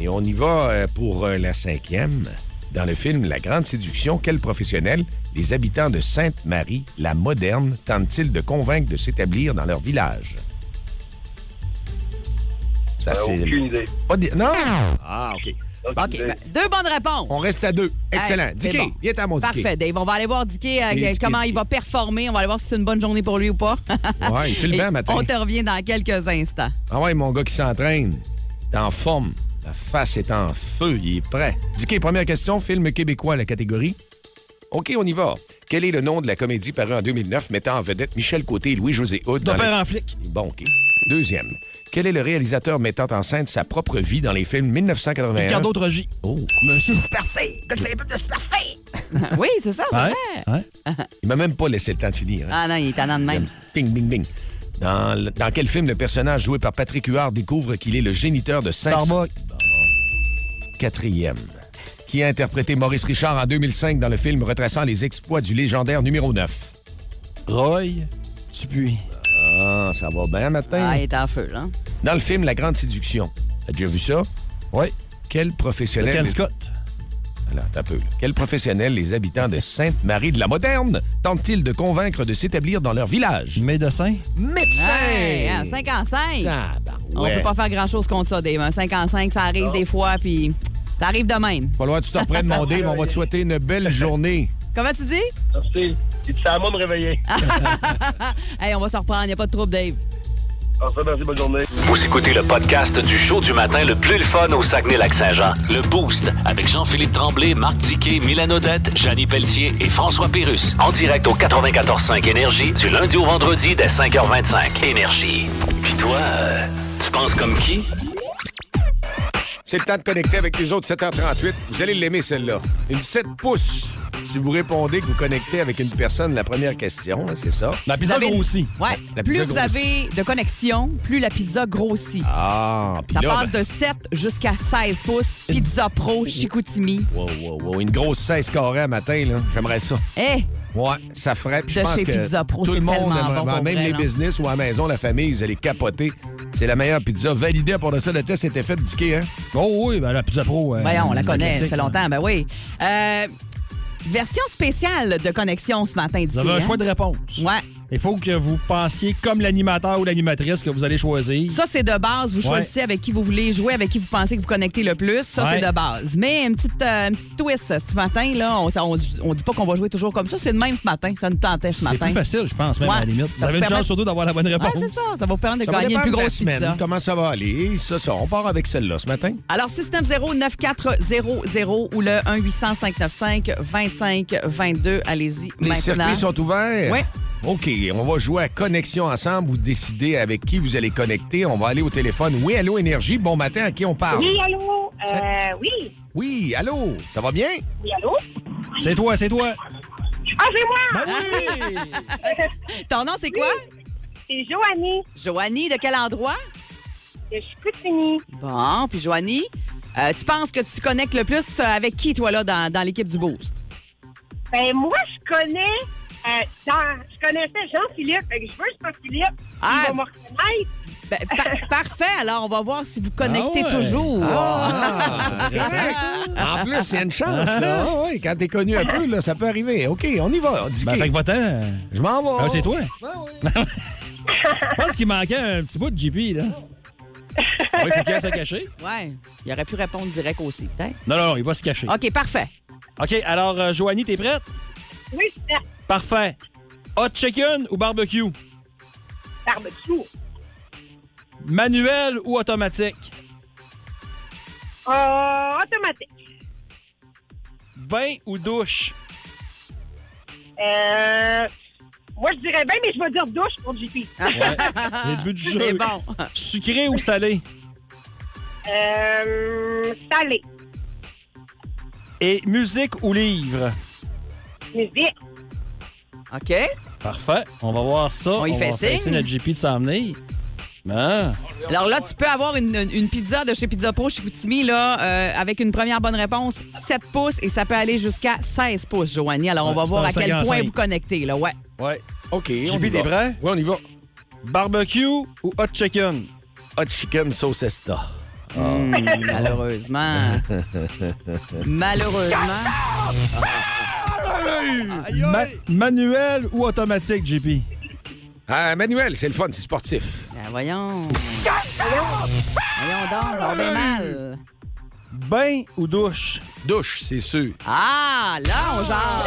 Et on y va euh, pour euh, la cinquième. Dans le film La Grande Séduction, quel professionnel les habitants de Sainte-Marie, la moderne, tentent-ils de convaincre de s'établir dans leur village? Ça,
Euh,
c'est-
aucune idée.
Pas di- Non! Ah, OK.
Aucune
OK.
idée.
ben, deux bonnes réponses.
On reste à deux. Excellent.
Hey, c'est
Dicky,
bon.
viens à mon Dicky.
Parfait, Dave. On va aller voir Dicky euh,
Dicky,
comment
Dicky.
il va performer. On va aller voir si c'est une bonne journée pour lui ou pas.
Ouais, il fait le
Et
vent, matin.
On te revient dans quelques instants.
Ah ouais, mon gars qui s'entraîne. T'es en forme. La face est en feu. Il est prêt. Dicky, première question. Film québécois, la catégorie. OK, on y va. Quel est le nom de la comédie parue en 2009 mettant en vedette Michel Côté et Louis-José Hood?
Ton
dans
père
les-
en flic.
Bon, OK. Deuxième. Quel est le réalisateur mettant en scène sa propre vie dans les films 1981?
Ricardo Trogi.
Oh.
Monsieur.
oui, c'est ça, c'est
Ouais.
vrai.
ouais.
Il m'a même pas laissé le temps de finir. hein.
Ah non, il est tannant de même.
Bing, bing, bing. Dans, le- dans quel film le personnage joué par Patrick Huard découvre qu'il est le géniteur de 500...
Starbucks.
quatrième, qui a interprété Maurice Richard en 2005 dans le film retraçant les exploits du légendaire numéro 9.
Roy Dupuis.
Ah, ça va bien, matin.
Ah, il est en feu, là.
Dans le film La Grande Séduction. T'as déjà vu ça?
Oui.
Quel professionnel...
Ken Scott.
Alors, attends un peu, là. Quel professionnel les habitants de Sainte-Marie-de-la-Moderne tentent-ils de convaincre de s'établir dans leur village?
Médecin.
Médecin! Ah, bah,
Hey, hein, 55. On
ouais.
peut pas faire grand-chose contre ça, Dave. Un 55, ça arrive des fois, puis ça arrive de même.
Falloir que tu te reprennes, mon Dave. On va te souhaiter une belle journée.
Comment tu dis?
Merci. C'est à moi de me réveiller.
Hey, on va se reprendre. Il n'y a pas de trouble, Dave.
Enfin, merci, bonne journée.
Vous écoutez le podcast du show du matin le plus le fun au Saguenay-Lac-Saint-Jean. Le Boost avec Jean-Philippe Tremblay, Marc Diquet, Milan Odette, Janine Pelletier et François Pérus. En direct au 94.5 Énergie du lundi au vendredi dès 5h25. Énergie. Puis toi, euh, tu penses comme qui?
C'est le temps de connecter avec les autres 7h38. Vous allez l'aimer, celle-là. Une 7 pouces. Si vous répondez que vous connectez avec une personne, la première question, hein, c'est ça.
La pizza
avez-
grossit.
Ouais.
La
plus
pizza
vous
grossit.
avez de connexion, plus la pizza grossit.
Ah, puis
Ça
là,
passe
ben,
de 7 jusqu'à 16 pouces. Pizza Pro, Chicoutimi.
wow, wow, wow, une grosse 16 carrés à matin, là. J'aimerais ça.
Eh,
Ouais, ça ferait. Puis je
De
pense
chez
que
Pizza Pro,
tout
c'est
le monde
tellement
aimerait-
bon pour
même
vrai,
les
là.
business ou à la maison, la famille, vous allez capoter. C'est la meilleure pizza validée pour de ça. Le test était fait d'Ikea, hein?
Oh oui, ben la pizza pro. euh,
voyons, on la
c'est un
connaît,
classique,
c'est longtemps, ben oui. Euh, version spéciale de connexion ce matin, hein?
Vous avez un choix de réponse.
Ouais.
Il faut que vous pensiez comme l'animateur ou l'animatrice que vous allez choisir.
Ça, c'est de base. Vous
Ouais.
choisissez avec qui vous voulez jouer, avec qui vous pensez que vous connectez le plus. Ça,
Ouais.
c'est de base. Mais une petite, euh, une petite twist euh, ce matin, là, on, on, on dit pas qu'on va jouer toujours comme ça. C'est de même ce matin. Ça nous tentait ce
C'est
matin.
plus facile, je pense, même
Ouais.
à la limite. Vous
Ça
avez une
permet-
chance sur deux d'avoir la bonne
Ouais,
réponse.
Ah, c'est ça. Ça va vous permettre de
Ça va
gagner une
dépendre
plus
de la
grosse
semaine.
pizza.
Comment ça va aller? Ça, ça. On part avec celle-là ce matin.
Alors, 690-9400 ou le 1-800-595-2522. Allez-y
Les
maintenant.
circuits sont ouverts?
Oui.
OK, on va jouer à connexion ensemble. Vous décidez avec qui vous allez connecter. On va aller au téléphone. Oui, allô, Énergie. Bon matin, à qui on parle?
Oui, allô? Euh, oui.
Oui, allô. Ça va bien?
Oui, allô?
C'est toi, c'est toi.
Ah, c'est
Bah
moi!
Ton nom, c'est quoi?
C'est Joanie
Joanie, de quel endroit?
de Chicoutimi.
Bon, puis Joanie, euh, tu penses que tu connectes le plus euh, avec qui, toi, là, dans, dans l'équipe du Boost?
Ben, moi, je connais... euh, dans- je connaissais Jean-Philippe. Fait que je veux Jean-Philippe.
Ah.
Il va me reconnaître.
Ben, par- parfait, alors on va voir si vous connectez
Ah ouais.
toujours.
Ah, en plus, il y a une chance, là. Ah, ouais, quand t'es connu un peu, là, ça peut arriver. OK, on y va. Dis
Ben, fait que votant, euh,
Je m'en vais.
ah, c'est toi. Je pense qu'il manquait un petit bout de JP, là. Ah Oui, il faut qu'il se cacher.
Ouais, il aurait pu répondre direct aussi, peut-être.
Non, non, non, il va se cacher.
OK, parfait.
OK, alors, euh, Joanie, t'es prête?
Oui, je suis prête.
Parfait. Hot chicken ou barbecue?
barbecue.
Manuel ou automatique?
Euh, automatique.
Bain ou douche?
Euh, moi, je dirais bien, mais je vais dire douche pour JP.
C'est le but du jeu.
Ah. C'est bon.
Sucré ou salé?
Euh, salé.
Et musique ou livre?
Musique.
OK.
Parfait. On va voir ça.
On y fait
va faire
signe.
notre JP de s'en venir. Ah.
Alors là, tu peux avoir une, une- une pizza de chez Pizza Pro, chez Koutimi, là, euh, avec une première bonne réponse, 7 pouces, et ça peut aller jusqu'à 16 pouces, Joanie. Alors, on
Ouais,
va
c'est
voir
un
à quel point
55.
vous connectez, là, ouais.
Ouais.
OK, on
JP,
y
t'es
va.
prêt?
Oui, on y va.
Barbecue ou hot chicken?
Hot chicken sauce esta.
Hmm, malheureusement. malheureusement.
Ma- manuel ou automatique, JP?
Ah, Manuel, c'est le fun, c'est sportif.
Ben, voyons. voyons donc, ça va bien mal.
Bain ou douche?
Douche, c'est sûr.
Ah, là, on genre.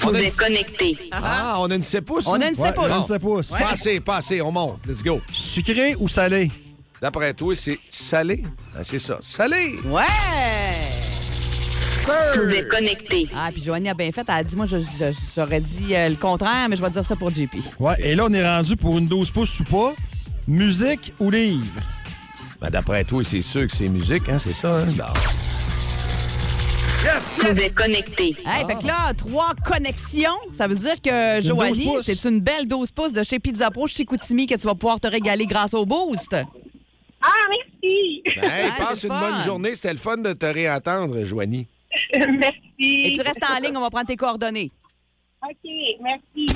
Vous êtes connecté.
Ah, on a une 7 pouces.
On
hein?
a une
Ouais,
7 pouces.
une 7 pouces.
Ouais.
Passez, passez, on monte. Let's go.
Sucré ou salé?
D'après toi, c'est salé. Ah, c'est ça. Salé!
Ouais!
Vous êtes connecté.
Ah, puis Joanie a bien fait. Elle a dit, moi, je- je- j'aurais dit euh, le contraire, mais je vais dire ça pour JP.
Ouais. Et là, on est rendu pour une 12 pouces ou pas. Musique ou livre?
Ben, d'après toi, c'est sûr que c'est musique, hein, c'est ça, hein? Bon.
Vous êtes connecté.
Hey, fait que là, trois connexions. Ça veut dire que Joanie,
12 pouces.
c'est une belle 12 pouces de chez Pizza Pro, chez Koutimi, que tu vas pouvoir te régaler grâce au Boost.
Ah, merci.
Ben, hey,
Ah,
passe
c'est
une
le fun.
bonne journée. C'était le fun de te réentendre, Joanie.
Et
merci.
tu restes en ligne, on va prendre tes coordonnées.
OK, merci.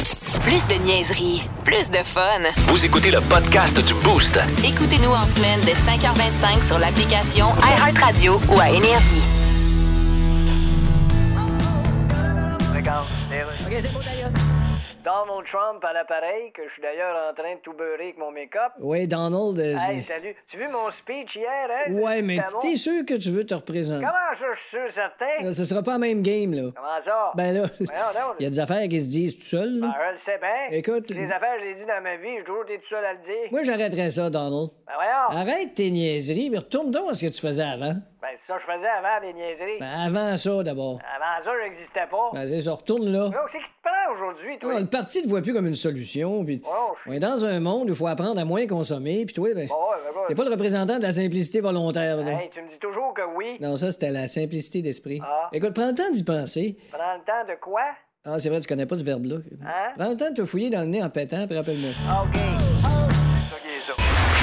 Plus de niaiserie, plus de fun.
Vous écoutez le podcast du Boost.
Écoutez-nous en semaine de 5h25 sur l'application iHeartRadio ou à Énergie.
Donald Trump à l'appareil, que je suis d'ailleurs en train de tout beurrer avec mon make-up.
Oui, Donald. euh,
Hey,
c'est-
salut. Tu vu mon speech hier, hein?
ouais, mais
C'était bon.
t'es sûr que tu veux te représenter?
Comment ça, je suis sûr, certain?
Là, ce sera pas la même game, là.
Comment ça?
Ben là,
non.
il y a des affaires qui se disent tout seul.
Ben,
là.
je le sais bien.
Écoute-
Les affaires, je les dit dans ma vie, j'ai toujours été tout seul à le dire.
Moi, j'arrêterais ça, Donald.
Ben, voyons.
Ah. Arrête tes niaiseries, mais retourne donc à ce que tu faisais avant.
Ben, c'est ça que je faisais avant des niaiseries.
Ben, avant ça, d'abord.
Avant ça, j'existais pas.
Ben, c'est ça, retourne là.
Donc, c'est qui te prend aujourd'hui, toi?
Ah, le parti ne te voit plus comme une solution. Puis
Ah
on est dans un monde où il faut apprendre à moins consommer. Puis toi, ben, t'es pas le représentant de la simplicité volontaire. là.
Hey, tu me dis toujours que oui.
Non, ça, c'était la simplicité d'esprit.
Ah.
Écoute, prends le temps d'y penser.
Prends le temps de quoi?
Ah, c'est vrai, tu connais pas ce verbe-là.
Hein?
Prends le temps de te fouiller dans le nez en pétant, puis rappelle-moi.
Ah, OK.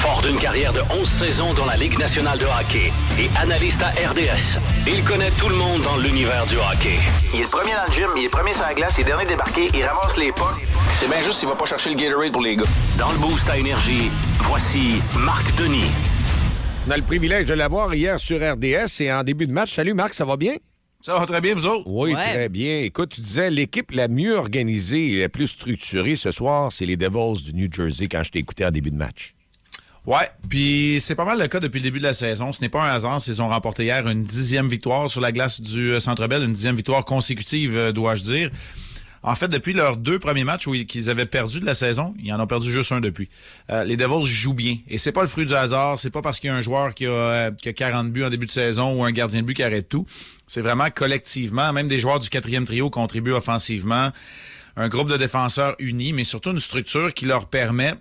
Fort d'une carrière de 11 saisons dans la Ligue nationale de hockey et analyste à RDS, il connaît tout le monde dans l'univers du hockey.
Il est le premier dans le gym, il est le premier sur la glace, il est dernier débarqué, il ramasse les pas. C'est bien juste s'il va pas chercher le Gatorade pour les gars.
Dans le boost à énergie, voici Marc Denis.
On a le privilège de l'avoir hier sur RDS et en début de match. Salut Marc, ça va bien?
Ça va très bien, vous autres?
Oui,
Ouais.
très bien. Écoute, tu disais l'équipe la mieux organisée et la plus structurée ce soir, c'est les Devils du New Jersey quand je t'ai écouté en début de match.
Ouais, puis c'est pas mal le cas depuis le début de la saison. Ce n'est pas un hasard s'ils ont remporté hier une dixième victoire sur la glace du euh, Centre Bell, une dixième victoire consécutive, euh, dois-je dire. En fait, depuis leurs deux premiers matchs où ils- qu'ils avaient perdu de la saison, ils en ont perdu juste un depuis. Euh, les Devils jouent bien. Et c'est pas le fruit du hasard, c'est pas parce qu'il y a un joueur qui a, euh, qui a 40 buts en début de saison ou un gardien de but qui arrête tout. C'est vraiment collectivement, même des joueurs du quatrième trio contribuent offensivement. Un groupe de défenseurs unis, mais surtout une structure qui leur permet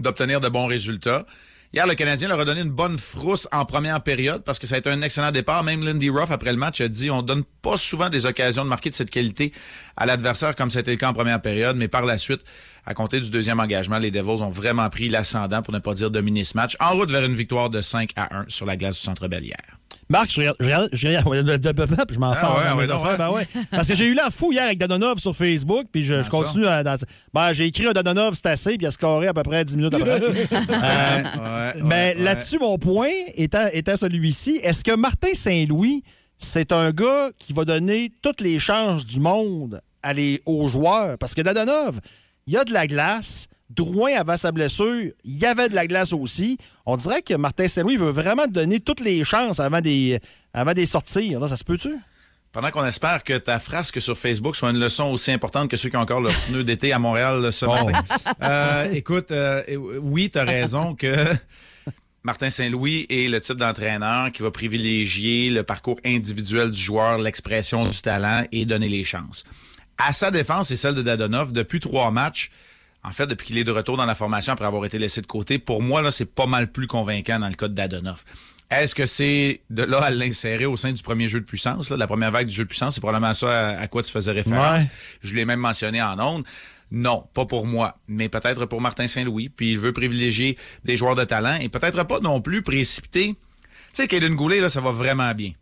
d'obtenir de bons résultats. Hier, le Canadien leur a donné une bonne frousse en première période parce que ça a été un excellent départ. Même Lindy Ruff, après le match, a dit on donne pas souvent des occasions de marquer de cette qualité à l'adversaire comme c'était le cas en première période, mais par la suite, à compter du deuxième engagement, les Devils ont vraiment pris l'ascendant pour ne pas dire dominer ce match en route vers une victoire de 5 à 1 sur la glace du Centre Bell hier.
Marc, je regarde, je regarde, je regarde- ouais, de- de- de- de- je m'en
Ah
fous.
ouais,
dans
ouais,
mes
donc,
affaires, ben
ouais. Ah,
ouais. Parce que j'ai eu la fou hier avec Dadonov sur Facebook, puis je, je continue à- dans- ben, j'ai écrit à Dadonov, c'est assez, puis il a scoré à peu près 10 minutes après. Euh, mais là-dessus, mon point étant, étant celui-ci, est-ce que Martin Saint-Louis, c'est un gars qui va donner toutes les chances du monde à les- aux joueurs? Parce que Dadonov, il y a de la glace. Drouin, avant sa blessure, il y avait de la glace aussi. On dirait que Martin Saint-Louis veut vraiment donner toutes les chances avant des, avant des sortir. Là, ça se peut-tu?
Pendant qu'on espère que ta frasque sur Facebook soit une leçon aussi importante que ceux qui ont encore leur pneu d'été à Montréal là, ce matin. Euh, écoute, euh, euh, oui, tu as raison que Martin Saint-Louis est le type d'entraîneur qui va privilégier le parcours individuel du joueur, l'expression du talent et donner les chances. À sa défense et celle de Dadonov, depuis trois matchs, en fait, depuis qu'il est de retour dans la formation après avoir été laissé de côté, pour moi, là, c'est pas mal plus convaincant dans le cas de Dadonov. Est-ce que c'est de là à l'insérer au sein du premier jeu de puissance, là, de la première vague du jeu de puissance? C'est probablement ça à, à quoi tu faisais référence.
Ouais.
Je l'ai même mentionné en ondes. Non, pas pour moi, mais peut-être pour Martin Saint-Louis. Puis il veut privilégier des joueurs de talent et peut-être pas non plus précipiter. Tu sais, Kaylin Goulet, là, ça va vraiment bien.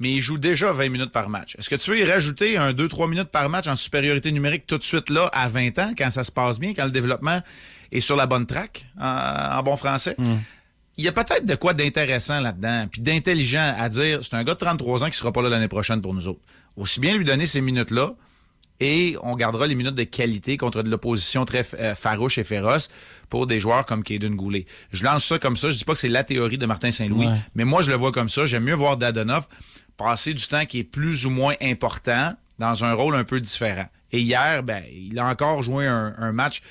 Mais il joue déjà 20 minutes par match. Est-ce que tu veux y rajouter un 2-3 minutes par match en supériorité numérique tout de suite là, à 20 ans, quand ça se passe bien, quand le développement est sur la bonne track, en, en bon français? Il y a peut-être de quoi d'intéressant là-dedans, puis d'intelligent à dire, c'est un gars de 33 ans qui sera pas là l'année prochaine pour nous autres. Aussi bien lui donner ces minutes-là, et on gardera les minutes de qualité contre de l'opposition très euh, farouche et féroce pour des joueurs comme Caden Goulet. Je lance ça comme ça. Je dis pas que c'est la théorie de Martin Saint-Louis,
Ouais.
mais moi, je le vois comme ça. J'aime mieux voir Dadonov passer du temps qui est plus ou moins important dans un rôle un peu différent. Et hier, ben, il a encore joué un, un match.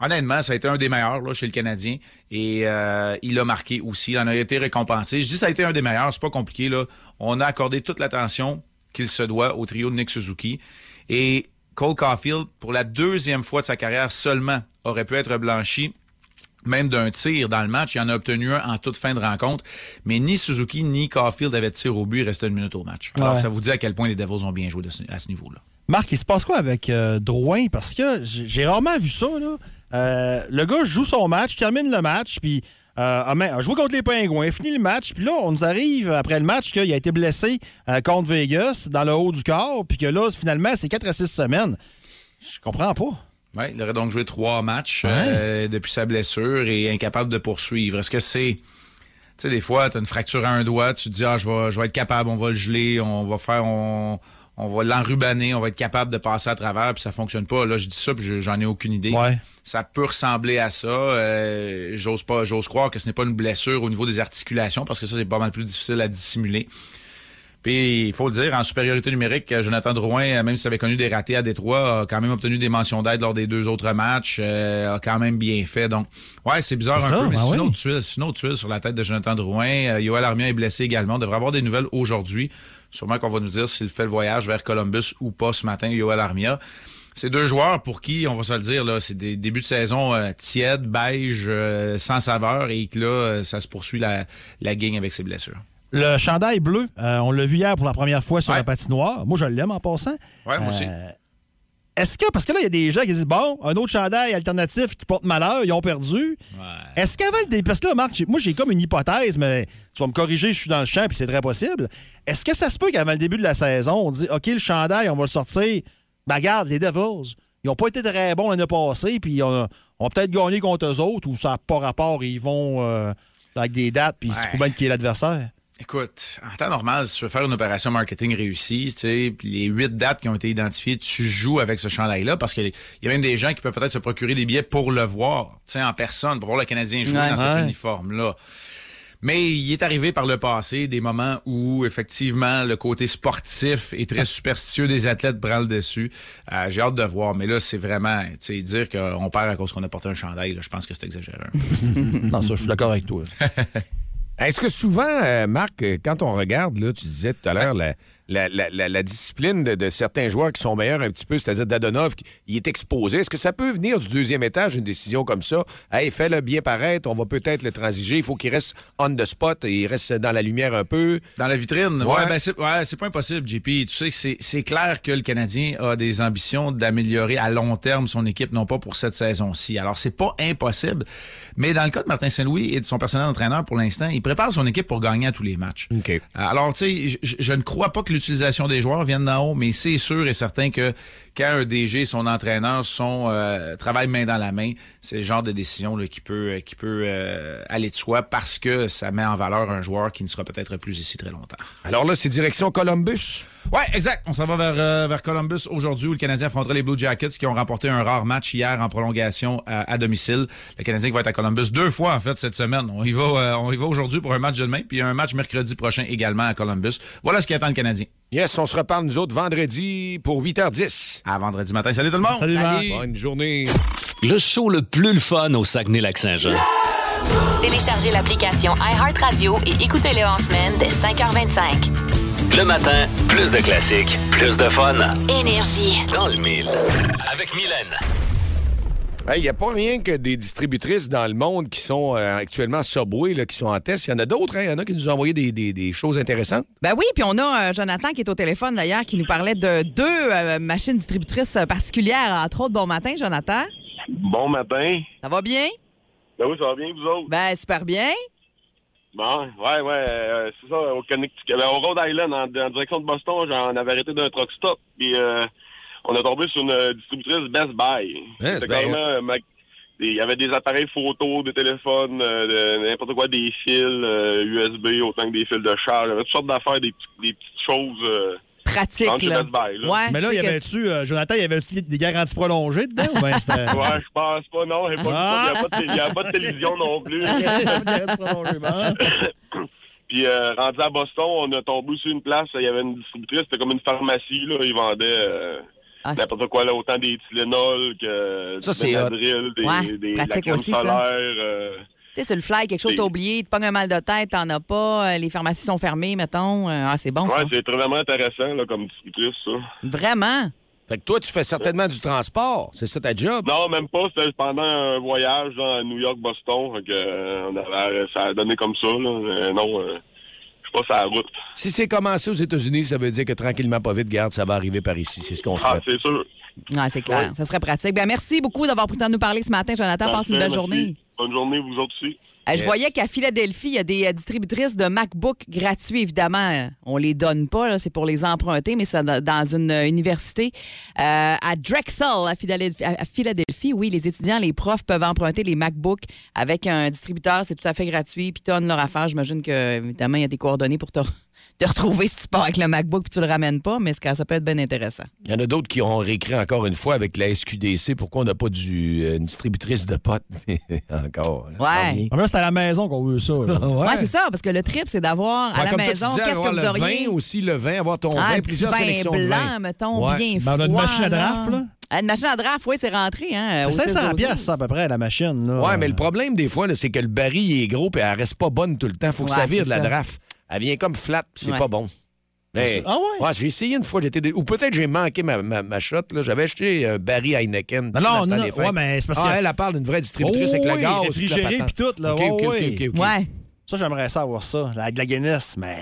Honnêtement, ça a été un des meilleurs là, chez le Canadien. Et euh, il a marqué aussi. Il en a été récompensé. Je dis ça a été un des meilleurs. C'est pas compliqué. Là. On a accordé toute l'attention qu'il se doit au trio de Nick Suzuki. Et Cole Caulfield, pour la deuxième fois de sa carrière seulement, aurait pu être blanchi même d'un tir dans le match. Il en a obtenu un en toute fin de rencontre. Mais ni Suzuki ni Caulfield avaient de tir au but. Il restait une minute au match. Alors,
Ouais.
ça vous dit à quel point les Devils ont bien joué de ce- à ce niveau-là.
Marc, il se passe quoi avec euh, Drouin? Parce que j- j'ai rarement vu ça. Là. Euh, le gars joue son match, termine le match, puis euh, a ma- a joué contre les Pingouins, finit le match, puis là, on nous arrive après le match qu'il a été blessé euh, contre Vegas dans le haut du corps, puis que là, finalement, c'est 4 à 6 semaines. Je comprends pas.
Ouais, il aurait donc joué trois matchs euh, depuis sa blessure et incapable de poursuivre. Est-ce que c'est. Tu sais, des fois, tu as une fracture à un doigt, tu te dis, ah, je vais, je vais être capable, on va le geler, on va faire. On, on va l'enrubanner, on va être capable de passer à travers, puis ça fonctionne pas. Là, je dis ça, puis je- j'en ai aucune idée. Ça peut ressembler à ça. Euh, j'ose pas, j'ose croire que ce n'est pas une blessure au niveau des articulations, parce que ça, c'est pas mal plus difficile à dissimuler. Puis il faut le dire, en supériorité numérique, Jonathan Drouin, euh, même s'il avait connu des ratés à Détroit, a quand même obtenu des mentions d'aide lors des deux autres matchs, euh, a quand même bien fait. Donc, ouais, c'est bizarre
C'est
un
ça,
peu, mais
ben
c'est
oui.
une autre tuile, c'est une autre tuile sur la tête de Jonathan Drouin. Euh, Yoel Armia est blessé également. On devrait avoir des nouvelles aujourd'hui. Sûrement qu'on va nous dire s'il fait le voyage vers Columbus ou pas ce matin, Yoel Armia. Ces deux joueurs pour qui, on va se le dire, là, c'est des débuts de saison euh, tièdes, beige, euh, sans saveur, et que là, euh, ça se poursuit la, la gang avec ses blessures.
Le chandail bleu, euh, on l'a vu hier pour la première fois sur la patinoire. Moi, je l'aime en passant.
Ouais, moi aussi.
Est-ce que, parce que là, il y a des gens qui disent, bon, un autre chandail alternatif qui porte malheur, ils ont perdu. Est-ce qu'avant le dé- Parce que là, Marc, j'ai- moi, j'ai comme une hypothèse, mais tu vas me corriger, je suis dans le champ, puis c'est très possible. Est-ce que ça se peut qu'avant le début de la saison, on dit, OK, le chandail, on va le sortir. Ben, regarde, les Devils, ils n'ont pas été très bons l'année passée, puis on a, on a peut-être gagné contre eux autres, ou ça n'a pas rapport, et ils vont euh, avec des dates, puis ils se trouvent bien qui est l'adversaire.
Écoute, en temps normal, si tu veux faire une opération marketing réussie, tu sais, puis les huit dates qui ont été identifiées, tu joues avec ce chandail-là parce qu'il y a même des gens qui peuvent peut-être se procurer des billets pour le voir, tu sais, en personne, pour voir le Canadien jouer
Ouais.
dans
Ouais.
cet uniforme-là. Mais il est arrivé par le passé des moments où, effectivement, le côté sportif et très superstitieux des athlètes prend le dessus. Euh, J'ai hâte de voir, mais là, c'est vraiment, tu sais, dire qu'on perd à cause qu'on a porté un chandail, là, je pense que c'est exagéré. un peu.
non, ça, je suis d'accord avec toi.
Est-ce que souvent, euh, Marc, euh, quand on regarde, là, tu disais tout à l'heure, la, la- la- la- la discipline de, de certains joueurs qui sont meilleurs un petit peu, c'est-à-dire Dadonov, qui- il est exposé. Est-ce que ça peut venir du deuxième étage, une décision comme ça? Hey, fais-le bien paraître, on va peut-être le transiger, il faut qu'il reste on the spot, et il reste dans la lumière un peu.
Dans la vitrine,
Ouais.
ouais, ben, c'est ouais, c'est pas impossible, JP. Tu sais que c'est- c'est clair que le Canadien a des ambitions d'améliorer à long terme son équipe, non pas pour cette saison-ci. Alors, c'est pas impossible. Mais dans le cas de Martin Saint-Louis et de son personnel entraîneur, pour l'instant, il prépare son équipe pour gagner à tous les matchs. Euh, Alors, tu sais, je- je je ne crois pas que l'utilisation des joueurs vienne d'en haut, mais c'est sûr et certain que quand un DG et son entraîneur sont euh, travaillent main dans la main, c'est le genre de décision là, qui peut, qui peut euh, aller de soi parce que ça met en valeur un joueur qui ne sera peut-être plus ici très longtemps.
Alors là, c'est direction Columbus.
Ouais, exact. On s'en va vers, euh, vers Columbus aujourd'hui où le Canadien affrontera les Blue Jackets qui ont remporté un rare match hier en prolongation à, à domicile. Le Canadien qui va être à Columbus deux fois en fait cette semaine. On y va, euh, on y va aujourd'hui pour un match demain puis un match mercredi prochain également à Columbus. Voilà ce qui attend le Canadien.
Yes, on se reparle nous autres vendredi pour 8h10.
À vendredi matin. Salut tout le monde.
Salut, Marc. Salut.
Bonne journée.
Le show le plus le fun au Saguenay-Lac-Saint-Jean.
Téléchargez l'application iHeartRadio et écoutez-le en semaine dès 5h25.
Le matin, plus de classiques, plus de fun.
Énergie.
Dans le mille. Avec Mylène.
Il n'y a pas rien que des distributrices dans le monde qui sont euh, actuellement Subway, là, qui sont en test. Il y en a d'autres, hein. Il y en a qui nous ont envoyé des, des- des choses intéressantes.
Ben oui, puis on a euh, Jonathan qui est au téléphone d'ailleurs qui nous parlait de deux euh, machines distributrices euh, particulières. Entre autres, bon matin, Jonathan.
Bon matin.
Ça va bien?
Ben oui, ça va bien, vous autres?
Ben super bien.
Bon, ouais, ouais, euh, c'est ça, au, Connecticut, ben, au Rhode Island, en, en direction de Boston, j'en avais arrêté d'un truck stop, puis euh, on est tombé sur une euh, distributrice Best Buy.
Best
C'était
Buy,
carrément, euh, ma- Il y avait des appareils photo, des téléphones, euh, de- n'importe quoi, des fils euh, USB, autant que des fils de charge, il y avait toutes sortes d'affaires, des, petits- des petites choses... euh,
Pratiques,
rentres chez
là.
Best Buy, là.
Mais là, il y avait-tu, euh, Jonathan, il y avait-tu des garanties prolongées dedans? ou ben c'était-
Ouais, je pense pas, non. Il n'y
Ah!
a, pas de- il y a pas de télévision non plus. Puis, euh, rendu à Boston, on a tombé sur une place. Il y avait une distributrice, c'était comme une pharmacie. Là. Ils vendaient euh,
Ah,
n'importe quoi, là, autant des Tylenol que
Ça, c'est
du Benadryl, des,
Ouais,
des, la
pratique
crème
aussi, ça.
solaire. euh,
Tu sais, sur le fly, quelque chose
Des-
t'as oublié, tu pognes un mal de tête, t'en as pas, euh, les pharmacies sont fermées, mettons. Euh, Ah, c'est bon,
ouais,
ça.
c'est très- vraiment intéressant là, comme distributrice, ça.
Vraiment?
Fait que toi, tu fais certainement du transport. C'est ça ta job?
Non, même pas. C'était pendant un voyage dans New York-Boston. Fait que, euh, on avait- Ça a donné comme ça. Là. Euh, non, euh, je suis pas sur la route.
Si c'est commencé aux États-Unis, ça veut dire que tranquillement, pas vite, garde, ça va arriver par ici. C'est ce qu'on
Ah,
souhaite.
c'est sûr.
Ouais, c'est clair. Ça serait pratique. Ben, merci beaucoup d'avoir pris le temps de nous parler ce matin, Jonathan. Passe une
Parfait,
belle
Ben, merci.
journée.
Bonne journée, vous autres aussi.
Euh, Je voyais qu'à Philadelphie, il y a des euh, distributrices de MacBook gratuits, évidemment. euh, On les donne pas, là, c'est pour les emprunter, mais c'est dans- dans une euh, université. Euh, à Drexel, à Philadelphie, à- à Philadelphie, oui, les étudiants, les profs peuvent emprunter les MacBook avec un distributeur. C'est tout à fait gratuit. Puis tonnes leur affaire. J'imagine que, évidemment, il y a des coordonnées pour te, re- te retrouver si tu pars avec le MacBook puis tu le ramènes pas, mais ça ça peut être bien intéressant.
Il y en a d'autres qui ont réécrit encore une fois avec la SQDC pourquoi on n'a pas du, euh, une distributrice de potes encore.
Ouais.
Ah, mais là, c'est c'est à la maison qu'on veut ça. là.
Ouais, c'est ça, parce que le trip, c'est d'avoir à
Ouais,
la
comme toi, tu
maison,
disais,
qu'est-ce
avoir
que vous
le
auriez.
vin
aussi, le vin, avoir ton
Ah,
vin,
du
plusieurs
vin
sélections
blanc,
de vin.
mettons,
Ouais.
bien
Ben, on a une
froid,
machine à draft, là.
Ah, Une machine à draft, oui, c'est rentré. Hein,
C'est
au
500
6-12-12.
pièces ça, à peu près, la machine. Là. euh.
Ouais, mais le problème des fois, là, c'est que le baril il est gros et elle reste pas bonne tout le temps. Faut que
Ouais,
ça vire
c'est
de la
ça.
draft. Elle vient comme flap, c'est
Ouais.
pas bon. Mais-
Ah ouais?
j'ai essayé une fois, j'étais dé- ou peut-être j'ai manqué ma, ma, ma shot. là. J'avais acheté un baril Heineken.
Non,
tu sais,
non,
Nathan
non,
Desfaits.
ouais, mais c'est parce
Ah,
que-
elle, elle parle d'une vraie distributrice
Oh
avec le
oui,
gaz.
réfrigéré puis tout, là.
OK,
ouais,
OK,
ouais.
OK, OK, OK.
Ça, j'aimerais ça avoir ça. La, la Guinness, mais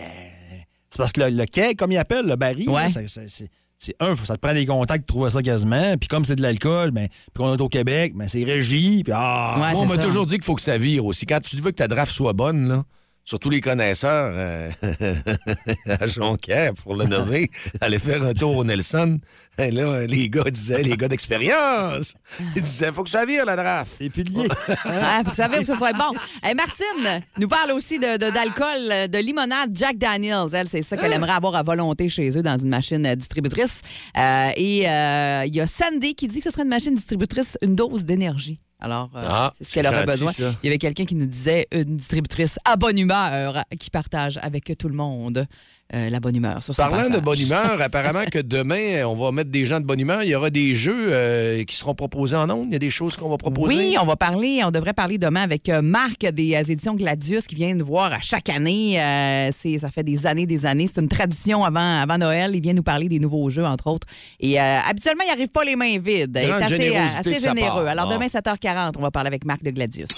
c'est parce que le, le keg, comme il appelle, le baril,
Ouais.
là, c'est- c'est- c'est c'est un, faut- ça te prend des contacts pour trouver ça quasiment. Puis comme c'est de l'alcool, mais puis qu'on est au Québec, mais c'est régi. Puis ah,
Moi, on m'a toujours dit qu'il faut que ça vire aussi. Quand tu veux que ta draft soit bonne, là, surtout les connaisseurs euh, à Jonquière, pour le nommer, allaient faire un tour au Nelson. Et là, les gars disaient, les gars d'expérience, ils disaient, faut que ça vire la draft.
Les piliers.
Ah, faut que ça vive, que ce soit bon. Hey, Martine nous parle aussi de- de- d'alcool, de, de limonade Jack Daniels. Elle, c'est ça qu'elle aimerait avoir à volonté chez eux dans une machine euh, distributrice. Euh, et euh, il y a Sandy qui dit que ce serait une machine distributrice, une dose d'énergie. Alors, euh,
Ah,
c'est ce qu'elle aurait
gentil,
besoin.
ça.
Il y avait quelqu'un qui nous disait une distributrice à bonne humeur qui partage avec tout le monde euh, la bonne humeur. Sur son
Parlant de
passage.
bonne humeur, apparemment que demain, on va mettre des gens de bonne humeur. Il y aura des jeux euh, qui seront proposés en ondes. Il y a des choses qu'on va proposer.
Oui, on va parler, on devrait parler demain avec euh, Marc des euh, éditions Gladius qui vient nous voir à chaque année. Euh, c'est, ça fait des années, des années. C'est une tradition avant, avant Noël. Il vient nous parler des nouveaux jeux, entre autres. Et euh, habituellement, il n'arrive pas les mains vides. Il est
Grande
assez, euh,
générosité
assez
de sa
généreux.
part.
Alors
Bon.
demain, 7h40, on va parler avec Marc de Gladius.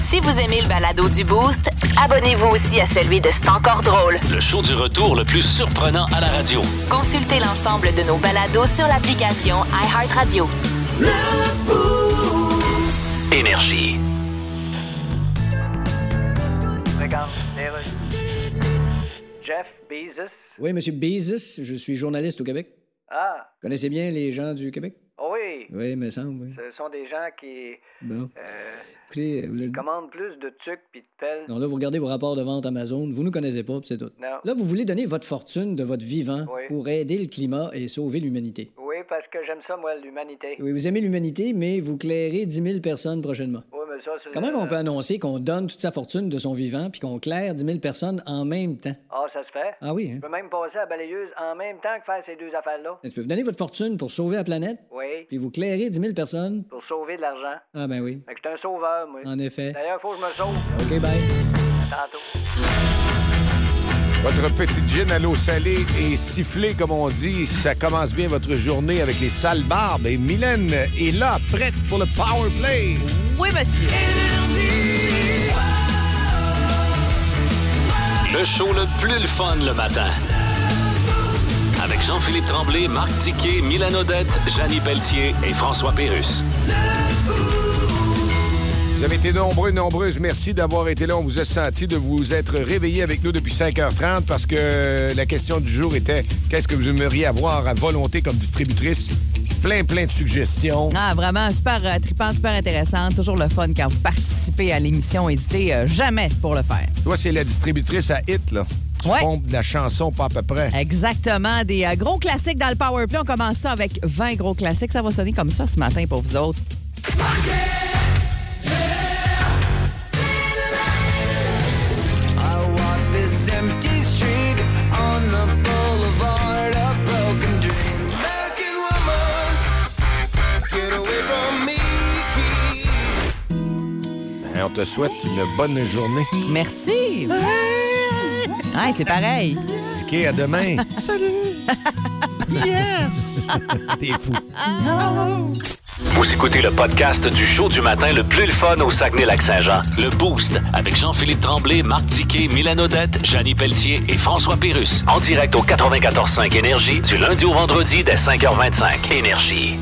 Si vous aimez le balado du Boost, abonnez-vous aussi à celui de C'est encore drôle.
Le show du retour le plus surprenant à la radio.
Consultez l'ensemble de nos balados sur l'application iHeartRadio.
Énergie.
Regarde, les rues. Jeff Bezos.
Oui, monsieur Bezos, je suis journaliste au Québec.
Ah, Oh
Connaissez bien les gens du Québec?
oui.
Oui, me semble, oui.
Ce sont des gens qui
Bon.
euh,
Écoutez, vous êtes-
commandent plus de tucs puis de pelles.
Non, là, vous regardez vos rapports de vente Amazon, vous nous connaissez pas, puis c'est tout.
Non.
Là, vous voulez donner votre fortune de votre vivant
Oui.
pour aider le climat et sauver l'humanité.
Oui, parce que j'aime ça, moi, l'humanité.
Oui, vous aimez l'humanité, mais vous clairez 10 000 personnes prochainement.
Oui, mais ça, c'est...
Comment on peut annoncer qu'on donne toute sa fortune de son vivant puis qu'on claire 10 000 personnes en même temps?
Ah, ça se fait.
Ah oui, hein?
Je peux même passer à la balayeuse en même temps que faire ces deux affaires-là.
Est-ce que vous donnez votre fortune pour sauver la planète,
Oui,
puis vous clairez 10 000 personnes?
pour sauver de l'argent.
Ah ben oui.
Fait que je suis un sauveur, moi.
En effet.
D'ailleurs, faut que je me sauve.
OK, bye.
À Tantôt.
Votre petit gin à l'eau salée et sifflé, comme on dit, ça commence bien votre journée avec les sales barbes. Et Mylène est là, prête pour le power play.
Oui, monsieur.
Le show le plus le fun le matin. Avec Jean-Philippe Tremblay, Marc Tiquet, Milan Odette, Janine Pelletier et François Pérus.
Vous avez été nombreux, nombreuses. Merci d'avoir été là. On vous a senti de vous être réveillés avec nous depuis 5h30 parce que la question du jour était qu'est-ce que vous aimeriez avoir à volonté comme distributrice? Plein, plein de suggestions.
Ah, vraiment, super euh, trippant, super intéressant. Toujours le fun quand vous participez à l'émission. N'hésitez euh, jamais pour le faire.
Toi, c'est la distributrice à hit, là. Tu pompes de la chanson pas à peu près.
Exactement, des euh, gros classiques dans le Power Play. On commence ça avec 20 gros classiques. Ça va sonner comme ça ce matin pour vous autres.
I walk this empty street on the boulevard of broken dreams. American woman, get away from me.
Ben, on te souhaite une bonne journée.
Merci. Ouais, c'est pareil.
Tiquet, à demain.
Salut. yes.
T'es fou.
Vous écoutez le podcast du show du matin le plus le fun au Saguenay-Lac-Saint-Jean. Le Boost avec Jean-Philippe Tremblay, Marc Tiquet, Milan Odette, Janine Pelletier et François Pérus. En direct au 94.5 Énergie du lundi au vendredi dès 5h25. Énergie.